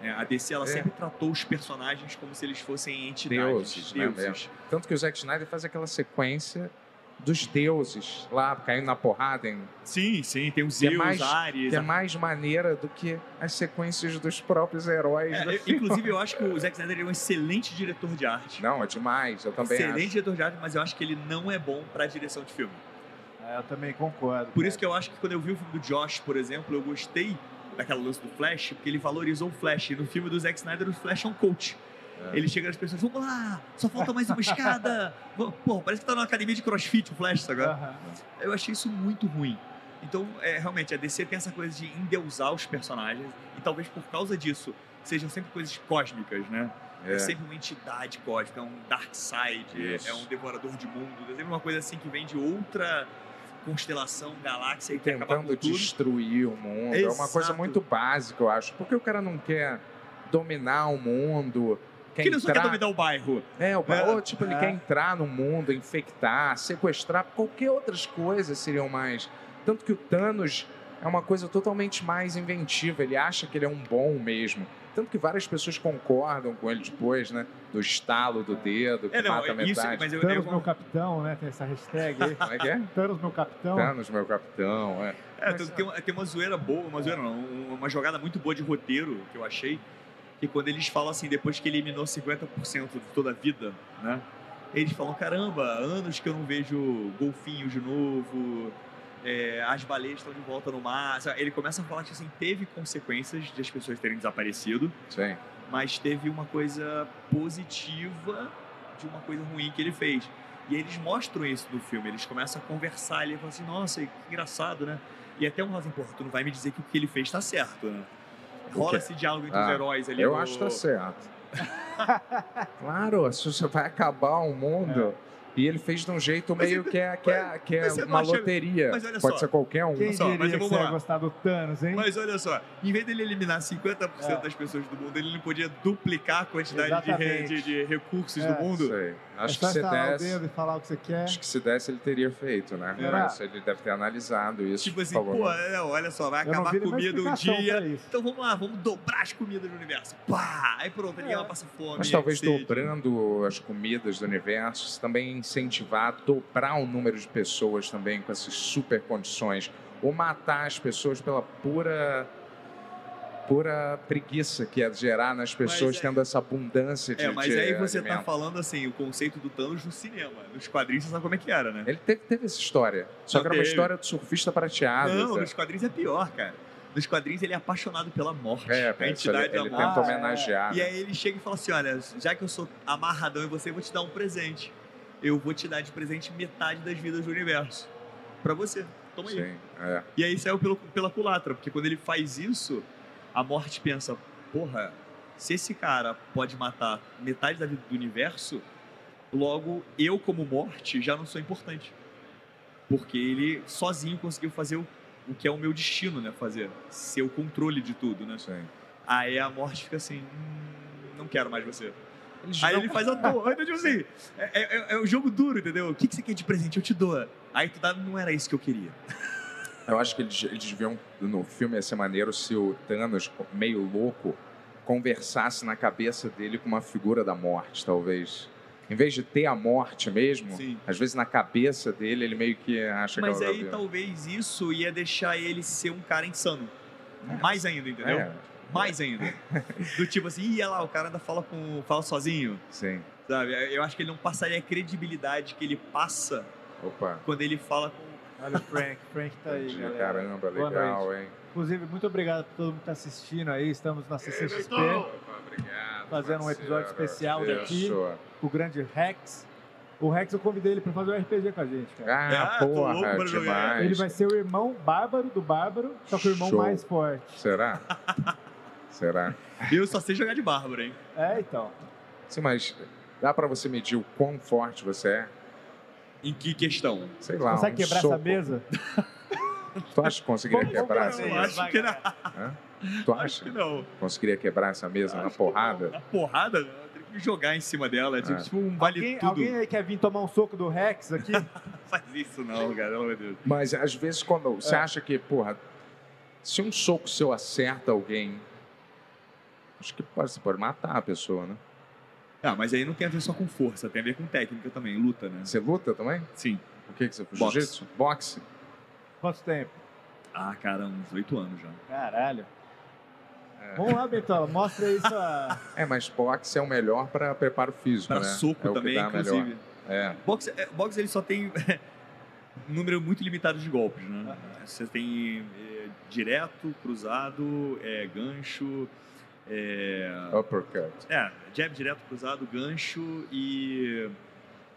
Speaker 7: É, a DC ela
Speaker 4: É.
Speaker 7: sempre tratou os personagens como se eles fossem entidades,
Speaker 4: Deuses, né,
Speaker 7: deuses.
Speaker 4: Tanto que o Zack Snyder faz aquela sequência dos deuses lá, caindo na porrada, em,
Speaker 7: Sim, sim, tem os
Speaker 4: Que é
Speaker 7: Zeus,
Speaker 4: mais-
Speaker 7: Ares.
Speaker 4: que é
Speaker 7: a-
Speaker 4: mais maneira do que as sequências dos próprios heróis.
Speaker 7: É,
Speaker 4: do
Speaker 7: eu-
Speaker 4: filme.
Speaker 7: inclusive, eu acho que o Zack Snyder ele é um excelente diretor de arte.
Speaker 4: Não, é demais, eu também
Speaker 7: excelente
Speaker 4: acho.
Speaker 7: diretor de arte, mas eu acho que ele não é bom pra direção de filme.
Speaker 8: É, eu também concordo.
Speaker 7: Por isso que eu acho que quando eu vi o filme do Josh, por exemplo, eu gostei daquela lance do Flash, porque ele valorizou o Flash. E no filme do Zack Snyder, o Flash é um coach.
Speaker 4: É.
Speaker 7: Ele chega nas pessoas, vamos lá, só falta mais uma escada. Vamos- Pô, parece que tá numa academia de crossfit o Flash, agora.
Speaker 8: Aham.
Speaker 7: Eu achei isso muito ruim. Então, é, realmente, a DC tem essa coisa de endeusar os personagens, e talvez por causa disso sejam sempre coisas cósmicas, né? É,
Speaker 4: É.
Speaker 7: sempre uma entidade cósmica, é um dark side, é-
Speaker 4: Isso.
Speaker 7: é um devorador de mundos, é sempre uma coisa assim que vem de outra constelação, galáxia e quer acabar com
Speaker 4: É, tentando
Speaker 7: tudo.
Speaker 4: destruir o mundo. É uma coisa
Speaker 7: Exato.
Speaker 4: muito básica, eu acho. Por que o cara não quer dominar o mundo? Quer
Speaker 7: Que ele só quer
Speaker 4: entrar-
Speaker 7: dominar o bairro.
Speaker 4: É, o
Speaker 7: É.
Speaker 4: ou, tipo, ele
Speaker 8: É.
Speaker 4: quer entrar no mundo, infectar, sequestrar, qualquer outras coisas seriam mais. Tanto que o Thanos é uma coisa totalmente mais inventiva, ele acha que ele é um bom mesmo. Tanto que várias pessoas concordam com ele depois, né? Do estalo do dedo, que
Speaker 7: É, não,
Speaker 4: mata
Speaker 7: isso,
Speaker 4: metade.
Speaker 7: mas eu, é
Speaker 8: Thanos, meu
Speaker 7: eu,
Speaker 8: capitão, né? Tem essa hashtag aí.
Speaker 4: Como é que é?
Speaker 8: Thanos, meu capitão.
Speaker 4: Thanos, meu capitão. É.
Speaker 7: é, tem, tem uma, tem uma zoeira boa, uma zoeira não, um- uma jogada muito boa de roteiro que eu achei, que quando eles falam assim, depois que eliminou 50% de toda a vida, né? Eles falam, caramba, anos que eu não vejo golfinhos de novo, é, as baleias estão de volta no mar. Sabe, Ele começa a falar que assim, teve consequências de as pessoas terem desaparecido,
Speaker 4: Sim.
Speaker 7: mas teve uma coisa positiva de uma coisa ruim que ele fez. E eles mostram isso no filme, eles começam a conversar, ele fala assim, nossa, que engraçado, né? E até um fala assim, pô, tu não vai me dizer que o que ele fez tá certo, né?
Speaker 4: O
Speaker 7: Rola
Speaker 4: quê?
Speaker 7: esse diálogo entre os
Speaker 4: Ah,
Speaker 7: heróis ali.
Speaker 4: Eu
Speaker 7: no-
Speaker 4: acho que tá certo. claro, se você vai acabar o mundo. E ele fez de um jeito
Speaker 7: É. Mas
Speaker 4: meio
Speaker 7: ele-
Speaker 4: que é, que é, que é
Speaker 7: mas você não
Speaker 4: uma
Speaker 7: acha-
Speaker 4: loteria.
Speaker 7: mas olha
Speaker 4: Pode
Speaker 7: só.
Speaker 4: ser qualquer um.
Speaker 8: Quem
Speaker 7: Só, mas é
Speaker 8: diria que
Speaker 7: vamos
Speaker 8: você ia
Speaker 7: lá.
Speaker 8: gostar do Thanos, hein?
Speaker 7: Mas olha só, em vez dele eliminar 50%
Speaker 8: É.
Speaker 7: das pessoas do mundo, ele não podia duplicar a quantidade de, re-
Speaker 8: Exatamente.
Speaker 7: de- de recursos
Speaker 8: É.
Speaker 7: do um mundo. tá
Speaker 4: Sei.
Speaker 8: É
Speaker 4: Acho
Speaker 8: só
Speaker 4: que se
Speaker 8: estalar o
Speaker 4: desse.
Speaker 7: né?
Speaker 8: dedo e falar o que você quer.
Speaker 4: Acho que se desse, ele teria feito, né?
Speaker 8: Será?
Speaker 4: Mas ele deve ter analisado isso.
Speaker 7: Tipo assim, pô,
Speaker 4: provavelmente.
Speaker 7: é, olha só, vai
Speaker 8: Eu não
Speaker 7: acabar a
Speaker 8: vi nenhuma
Speaker 7: comida um
Speaker 8: explicação
Speaker 7: dia,
Speaker 8: pra isso.
Speaker 7: Então vamos lá, vamos dobrar as comidas do universo. Pá! Aí pronto, ninguém
Speaker 8: É.
Speaker 7: vai passar fome.
Speaker 4: Mas talvez
Speaker 7: sede.
Speaker 4: dobrando as comidas do universo, isso também incentivar a dobrar o número de pessoas também com essas super condições. Ou matar as pessoas pela pura pura preguiça que é gerar nas pessoas
Speaker 7: Mas aí-
Speaker 4: tendo essa abundância de
Speaker 7: É, mas
Speaker 4: de
Speaker 7: aí você tá
Speaker 4: alimento.
Speaker 7: falando assim, o conceito do Thanos no cinema. Nos quadrinhos você sabe como é que era, né?
Speaker 4: Ele teve, teve essa história. Só
Speaker 7: Não
Speaker 4: que era uma
Speaker 7: teve.
Speaker 4: história do surfista prateado.
Speaker 7: Não,
Speaker 4: tá?
Speaker 7: nos quadrinhos é pior, cara. Nos quadrinhos ele é apaixonado pela morte,
Speaker 4: É,
Speaker 7: a entidade
Speaker 4: ele, ele
Speaker 7: da morte.
Speaker 4: tenta
Speaker 8: Ah, é.
Speaker 4: homenagear.
Speaker 7: E
Speaker 4: né?
Speaker 7: aí ele chega e fala assim: olha, já que eu sou amarradão em você, eu vou te dar um presente. Eu vou te dar de presente metade das vidas do universo. Pra você. Toma aí.
Speaker 4: Sim, é.
Speaker 7: E aí saiu pelo- pela culatra, porque quando ele faz isso, a morte pensa, porra, se esse cara pode matar metade da vida do universo, logo eu como morte já não sou importante. Porque ele sozinho conseguiu fazer o, o que é o meu destino, né? Fazer ser o controle de tudo, né?
Speaker 4: Sim.
Speaker 7: Aí a morte fica assim, "Hum, não quero mais você.
Speaker 4: Eles
Speaker 7: Aí
Speaker 4: não-
Speaker 7: ele faz a dor. Então, tipo assim, é, é, é um jogo duro, entendeu? O que, que você quer de presente? Eu te dou. Aí tu dá, não era isso que eu queria.
Speaker 4: Eu acho que eles, eles deviam, no filme ia ser maneiro se o Thanos, meio louco, conversasse na cabeça dele com uma figura da morte, talvez. Em vez de ter a morte mesmo,
Speaker 7: Sim.
Speaker 4: às vezes na cabeça dele ele meio que acha
Speaker 7: Mas
Speaker 4: que é ela
Speaker 7: aí tá talvez isso ia deixar ele ser um cara insano. Mais ainda, entendeu?
Speaker 4: É,
Speaker 7: Mais ainda. Do tipo assim, ia lá, o cara ainda fala, com, fala sozinho,
Speaker 4: sim.
Speaker 7: sabe? Eu acho que ele não passaria a credibilidade que ele passa
Speaker 4: Opa.
Speaker 7: quando ele fala com...
Speaker 8: Olha o Frank. Frank tá aí,
Speaker 4: entendi.
Speaker 8: galera.
Speaker 4: Caramba,
Speaker 8: Boa
Speaker 4: legal,
Speaker 8: noite.
Speaker 4: hein?
Speaker 8: Inclusive, muito obrigado a todo mundo que tá assistindo aí. Estamos na CCXP.
Speaker 4: Opa, obrigado.
Speaker 8: fazendo um episódio
Speaker 4: Parceiro,
Speaker 8: especial daqui,
Speaker 4: isso.
Speaker 8: o grande Rex. O Rex eu convidei ele pra fazer um RPG com a gente, cara.
Speaker 4: Ah,
Speaker 7: Ah, tô louco
Speaker 4: porra,
Speaker 7: pra jogar.
Speaker 4: demais.
Speaker 8: Ele vai ser o irmão bárbaro do bárbaro, só que o irmão
Speaker 4: Show.
Speaker 8: mais forte.
Speaker 4: Será? Será?
Speaker 7: Eu só sei jogar de Bárbara, hein?
Speaker 8: É, então.
Speaker 4: Sim, mas dá pra você medir o quão forte você é?
Speaker 7: Em que questão?
Speaker 4: Sei lá.
Speaker 8: Consegue
Speaker 4: um
Speaker 8: quebrar
Speaker 4: soco.
Speaker 8: essa mesa?
Speaker 4: Tu acha que conseguiria
Speaker 8: Vamos- vamos
Speaker 4: quebrar
Speaker 8: pra
Speaker 4: essa
Speaker 7: Eu
Speaker 8: mesa.
Speaker 4: mesa?
Speaker 7: acho que não.
Speaker 4: Tu
Speaker 7: Acho que
Speaker 4: acha?
Speaker 7: não.
Speaker 4: Conseguiria quebrar essa mesa na
Speaker 7: Acho que não. né?
Speaker 4: porrada?
Speaker 7: Na porrada? Eu tenho que jogar em cima dela. É tipo,
Speaker 4: Ah.
Speaker 7: tipo um vale
Speaker 8: Alguém,
Speaker 7: tudo.
Speaker 8: alguém aí quer vir tomar um soco do Rex aqui?
Speaker 7: Não faz isso não, cara. Pelo amor de Deus.
Speaker 4: Mas às vezes quando
Speaker 7: É.
Speaker 4: você acha que, porra, se um soco seu acerta alguém, acho que pode, você pode matar a pessoa, né?
Speaker 7: Ah, mas aí não tem a ver só com força. Tem a ver com técnica também. Luta, né?
Speaker 4: Você luta também?
Speaker 7: Sim.
Speaker 4: O que que você...
Speaker 7: Boxe.
Speaker 4: Jiu-jitsu? Boxe?
Speaker 8: Quanto tempo?
Speaker 7: Ah, cara, uns oito anos já.
Speaker 4: É.
Speaker 8: Caralho. Vamos lá, Bentola, mostra aí sua.
Speaker 4: É, mas boxe é o melhor pra preparo físico,
Speaker 7: Pra
Speaker 4: né?
Speaker 7: soco
Speaker 4: É o que
Speaker 7: também,
Speaker 4: dá melhor.
Speaker 7: inclusive.
Speaker 4: É.
Speaker 7: Boxe, é, boxe ele só tem um número muito limitado de golpes, né? Você tem é, direto, cruzado, é, gancho, é,
Speaker 4: Uppercut.
Speaker 7: é, jab direto, cruzado, gancho e...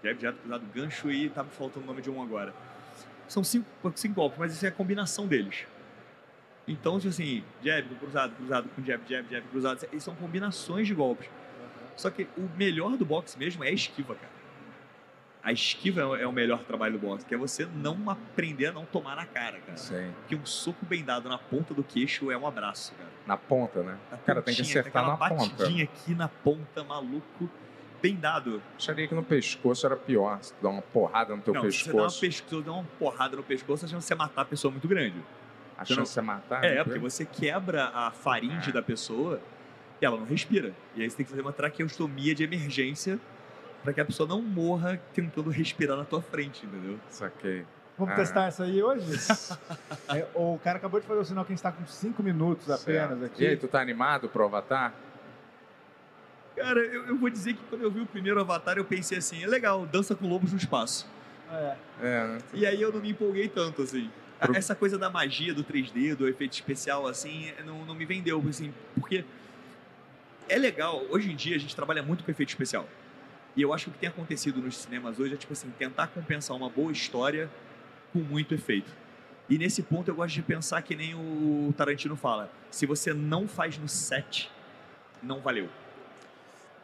Speaker 7: Jab direto, cruzado, gancho e tá me faltando o nome de um agora. São cinco, cinco golpes, mas isso é a combinação deles. Então, tipo assim, jab, cruzado, cruzado, com jab, jab, jab, cruzado, isso são combinações de golpes. Só que o melhor do boxe mesmo é a esquiva, cara. A esquiva é o- é o melhor trabalho do boxe, que é você não aprender a não tomar na cara, cara.
Speaker 4: Sim.
Speaker 7: Porque um soco bem dado na ponta do queixo é um abraço, cara.
Speaker 4: Na ponta, né?
Speaker 7: Na
Speaker 4: Cara, tem que
Speaker 7: pontinha,
Speaker 4: acertar
Speaker 7: aquela
Speaker 4: na ponta.
Speaker 7: batidinha aqui na ponta, maluco, bem dado.
Speaker 4: Acharia que no pescoço era pior. Se tu dá uma porrada no teu
Speaker 7: não, se você dá uma,
Speaker 4: pescoço,
Speaker 7: pesco- se você dá uma porrada no pescoço, a chance de você matar a pessoa é muito grande.
Speaker 4: a
Speaker 7: você não-
Speaker 4: chance é matar.
Speaker 7: É,
Speaker 4: né?
Speaker 7: porque você quebra a
Speaker 4: Ah.
Speaker 7: faringe da pessoa e ela não respira. E aí você tem que fazer uma traqueostomia de emergência para que a pessoa não morra tentando respirar na tua frente, entendeu?
Speaker 4: Saquei.
Speaker 8: Vamos
Speaker 4: Ah.
Speaker 8: testar essa aí hoje? É, o cara acabou de fazer o sinal que a gente tá com 5 minutos apenas
Speaker 4: Certo.
Speaker 8: aqui.
Speaker 4: E aí, tu tá animado pro Avatar?
Speaker 7: Cara, eu, eu vou dizer que quando eu vi o primeiro Avatar, eu pensei assim, é legal, dança com lobos no espaço.
Speaker 8: É.
Speaker 4: É, né?
Speaker 7: E aí eu não me empolguei tanto, assim. A-
Speaker 4: Pro-
Speaker 7: Essa coisa da magia, do 3D, do efeito especial, assim, não, não me vendeu, assim, porque é legal. Hoje em dia a gente trabalha muito com efeito especial. E eu acho que o que tem acontecido nos cinemas hoje é, tipo assim, tentar compensar uma boa história com muito efeito. E nesse ponto eu gosto de pensar que nem o Tarantino fala: se você não faz no set, não valeu.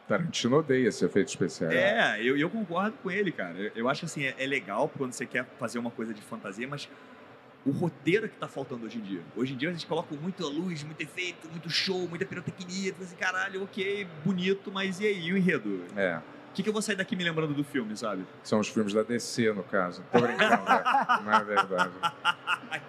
Speaker 4: Tarantino odeia esse efeito especial.
Speaker 7: É, eu, eu concordo com ele, cara. Eu, eu acho assim, é, é legal quando você quer fazer uma coisa de fantasia, mas o roteiro é que tá faltando hoje em dia. Hoje em dia a gente coloca muita luz, muito efeito, muito show, muita pirotecnia, tipo assim, caralho, ok, bonito, mas e aí, e o enredo?
Speaker 4: É.
Speaker 7: O que, que eu vou sair daqui me lembrando do filme, sabe?
Speaker 4: São os filmes da DC, no caso. Tô brincando, né? não é verdade.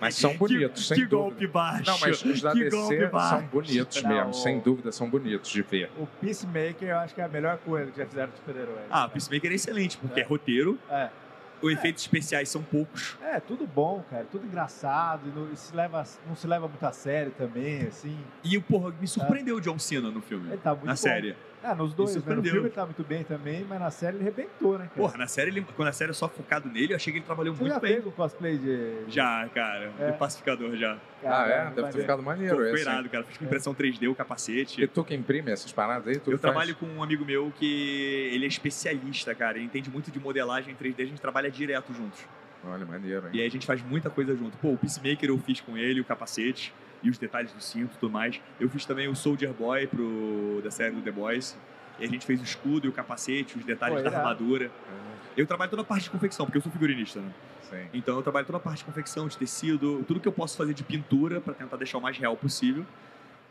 Speaker 4: Mas são bonitos,
Speaker 7: que,
Speaker 4: sem
Speaker 7: Que
Speaker 4: dúvida.
Speaker 7: golpe baixo.
Speaker 4: Não, mas os da
Speaker 7: Ah, que golpe
Speaker 4: DC são
Speaker 7: baixo.
Speaker 4: bonitos
Speaker 8: Não,
Speaker 4: mesmo,
Speaker 8: o-
Speaker 4: sem dúvida, são bonitos de ver.
Speaker 8: O Peacemaker eu acho que é a melhor coisa que já fizeram de super-herói.
Speaker 7: Ah, Peacemaker é excelente, porque é, roteiro,
Speaker 8: É.
Speaker 7: os efeitos especiais são poucos.
Speaker 8: É, tudo bom, cara. Tudo engraçado. E não, e se leva, não se leva muito a sério também, assim.
Speaker 7: E, porra, me surpreendeu o John Cena no filme.
Speaker 8: Ele tá muito
Speaker 7: na
Speaker 8: bom.
Speaker 7: série.
Speaker 8: Ah, nos dois,
Speaker 7: Me
Speaker 8: né? No
Speaker 7: surpreendeu.
Speaker 8: filme ele tá muito bem também, mas na série ele arrebentou, né, cara?
Speaker 7: Porra, na série, ele- quando a série é só focado nele, eu achei que ele trabalhou
Speaker 8: Você já
Speaker 7: muito bem.
Speaker 8: fez o cosplay de...
Speaker 7: Já, cara.
Speaker 8: É.
Speaker 7: De pacificador já.
Speaker 4: Ah, é?
Speaker 8: Caralho,
Speaker 4: Deve ter
Speaker 8: maneiro.
Speaker 4: ficado
Speaker 7: Pô,
Speaker 4: maneiro
Speaker 7: foi
Speaker 4: esse. hein?
Speaker 7: irado, cara. Fiz com impressão 3D, o capacete.
Speaker 4: E tu que imprime essas paradas aí? Tu
Speaker 7: Eu
Speaker 4: que faz?
Speaker 7: trabalho com um amigo meu que ele é especialista, cara. Ele entende muito de modelagem 3D, a gente trabalha direto juntos.
Speaker 4: Olha, maneiro,
Speaker 7: E
Speaker 4: hein?
Speaker 7: aí a gente faz muita coisa junto. Pô, o Peacemaker eu fiz com ele, o capacete e os detalhes do cinto e tudo mais. Eu fiz também o Soldier Boy pro, da série do The Boys. E a gente fez o escudo e o capacete, os detalhes
Speaker 8: Pô, é
Speaker 7: da
Speaker 8: irado.
Speaker 7: armadura.
Speaker 4: Ah,
Speaker 7: Eu trabalho toda a parte de confecção, porque eu sou figurinista, né?
Speaker 4: Sim.
Speaker 7: Então eu trabalho toda a parte de confecção, de tecido, tudo que eu posso fazer de pintura para tentar deixar o mais real possível.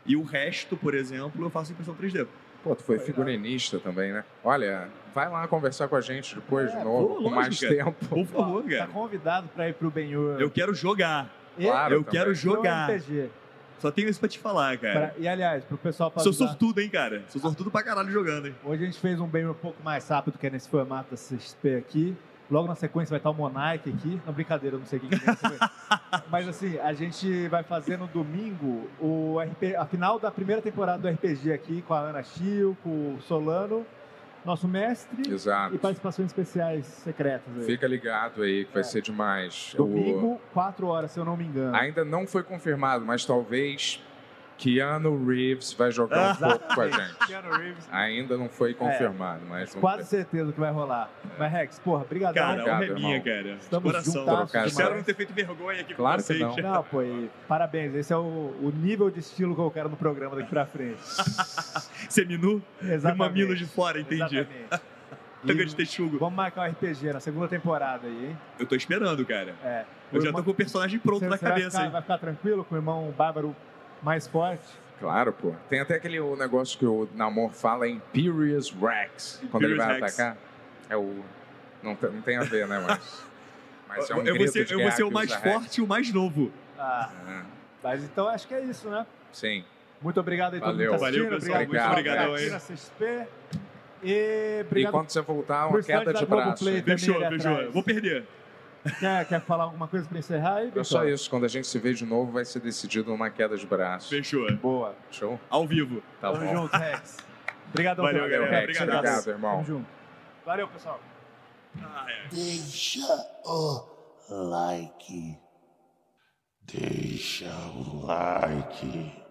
Speaker 7: E o resto, por exemplo, eu faço impressão
Speaker 8: É.
Speaker 7: 3D.
Speaker 4: Pô, tu foi
Speaker 8: Foi
Speaker 4: figurinista também, né? Olha, vai lá conversar com a gente depois
Speaker 8: É,
Speaker 4: de novo,
Speaker 7: pô,
Speaker 4: com
Speaker 7: lógico,
Speaker 4: mais
Speaker 7: cara.
Speaker 4: tempo.
Speaker 7: Por favor,
Speaker 8: Tá
Speaker 7: cara.
Speaker 8: convidado pra ir pro Ben-Hur.
Speaker 7: Eu quero jogar.
Speaker 8: E-
Speaker 4: Claro,
Speaker 7: É? eu
Speaker 4: também.
Speaker 7: quero jogar.
Speaker 8: e o RPG.
Speaker 7: Só tenho isso pra te falar, cara.
Speaker 8: Pra- E, aliás, pro pessoal... pra
Speaker 7: Sou
Speaker 8: ajudar-
Speaker 7: sortudo, hein, cara. Sou sortudo pra caralho jogando, hein.
Speaker 8: Hoje a gente fez um bem um pouco mais rápido, que é nesse formato da XP aqui. Logo na sequência vai estar o Monark aqui. Não, brincadeira, eu não sei quem que vem na sequência. Mas assim, a gente vai fazer no domingo o RP, a final da primeira temporada do RPG aqui, com a Ana Chio, com o Solano, nosso mestre,
Speaker 4: Exato.
Speaker 8: e participações especiais secretas aí.
Speaker 4: Fica ligado aí que vai
Speaker 8: É.
Speaker 4: ser demais. O-
Speaker 7: né?
Speaker 8: Domingo, 4 horas, se eu não me engano.
Speaker 4: Ainda não foi confirmado, mas talvez Keanu Reeves vai jogar um pouco com a gente.
Speaker 9: Keanu Reeves,
Speaker 4: Ainda não foi confirmado, mas vamos
Speaker 9: quase certeza que vai rolar. Mas, Rex, porra, brigadão.
Speaker 7: Cara,
Speaker 4: Obrigado,
Speaker 7: honra é minha,
Speaker 4: irmão.
Speaker 7: cara. De
Speaker 9: Estamos
Speaker 7: coração.
Speaker 9: juntas
Speaker 7: Eu Espero
Speaker 4: demais.
Speaker 7: não ter feito vergonha aqui
Speaker 4: Claro
Speaker 7: com vocês.
Speaker 4: que não.
Speaker 9: Não, pô, e parabéns. Esse é o, o nível de estilo que eu quero no programa daqui pra frente.
Speaker 7: Seminu e
Speaker 9: Exatamente.
Speaker 7: mamilo de fora, entendi.
Speaker 9: Exatamente.
Speaker 7: Tanga de
Speaker 9: E
Speaker 7: texugo.
Speaker 9: Vamos marcar um RPG na segunda temporada aí, hein?
Speaker 7: Eu tô esperando, cara.
Speaker 9: É.
Speaker 7: Eu já
Speaker 9: irmão-
Speaker 7: tô com o personagem pronto
Speaker 9: Você-
Speaker 7: na
Speaker 9: você vai
Speaker 7: cabeça,
Speaker 9: ficar-
Speaker 7: hein?
Speaker 9: Vai ficar tranquilo com o irmão bárbaro mais forte?
Speaker 4: ver. Claro, pô. Tem até aquele o negócio que o Namor fala, Imperious Rex, quando ele
Speaker 7: Imperious
Speaker 4: vai
Speaker 7: Rex.
Speaker 4: atacar. É o... Não tem, não tem a ver, né, mas... Mas é um
Speaker 7: eu, vou
Speaker 4: grito
Speaker 7: ser,
Speaker 4: de
Speaker 7: eu vou
Speaker 4: guerra
Speaker 7: ser o
Speaker 4: que
Speaker 7: mais
Speaker 4: usa Rex.
Speaker 7: forte e o mais novo.
Speaker 9: Ah,
Speaker 4: Ah,
Speaker 9: mas então acho que é isso, né?
Speaker 4: sim.
Speaker 9: Muito obrigado aí todo mundo que
Speaker 4: Valeu.
Speaker 9: tá assistindo.
Speaker 7: Valeu, pessoal.
Speaker 4: Muito
Speaker 9: obrigado.
Speaker 4: obrigado, hein?
Speaker 9: Obrigado, CXP. E
Speaker 4: E
Speaker 9: obrigado
Speaker 4: quando você voltar,
Speaker 9: Por
Speaker 4: uma
Speaker 9: estar
Speaker 4: queda
Speaker 9: da
Speaker 4: de braço.
Speaker 9: Globoplay. Vermelho
Speaker 7: Fechou, fechou.
Speaker 9: atrás.
Speaker 7: Vou perder.
Speaker 9: Quer, quer falar alguma coisa pra encerrar aí,
Speaker 4: É só
Speaker 9: Vitor?
Speaker 4: isso. Quando a gente se vê de novo, vai ser decidido numa queda de braço.
Speaker 7: Fechou.
Speaker 9: Boa.
Speaker 4: Show?
Speaker 7: Ao vivo.
Speaker 4: Tá
Speaker 9: Tamo
Speaker 4: bom.
Speaker 9: junto, Rex. Obrigadão,
Speaker 7: Valeu,
Speaker 9: pela-
Speaker 7: galera.
Speaker 9: pela-
Speaker 4: Rex,
Speaker 9: pela-
Speaker 4: obrigado, irmão.
Speaker 9: Tamo junto. Valeu, pessoal.
Speaker 7: Ah, é.
Speaker 8: Deixa o like. Deixa o like.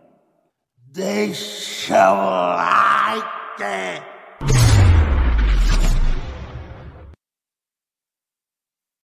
Speaker 8: Deixa o like.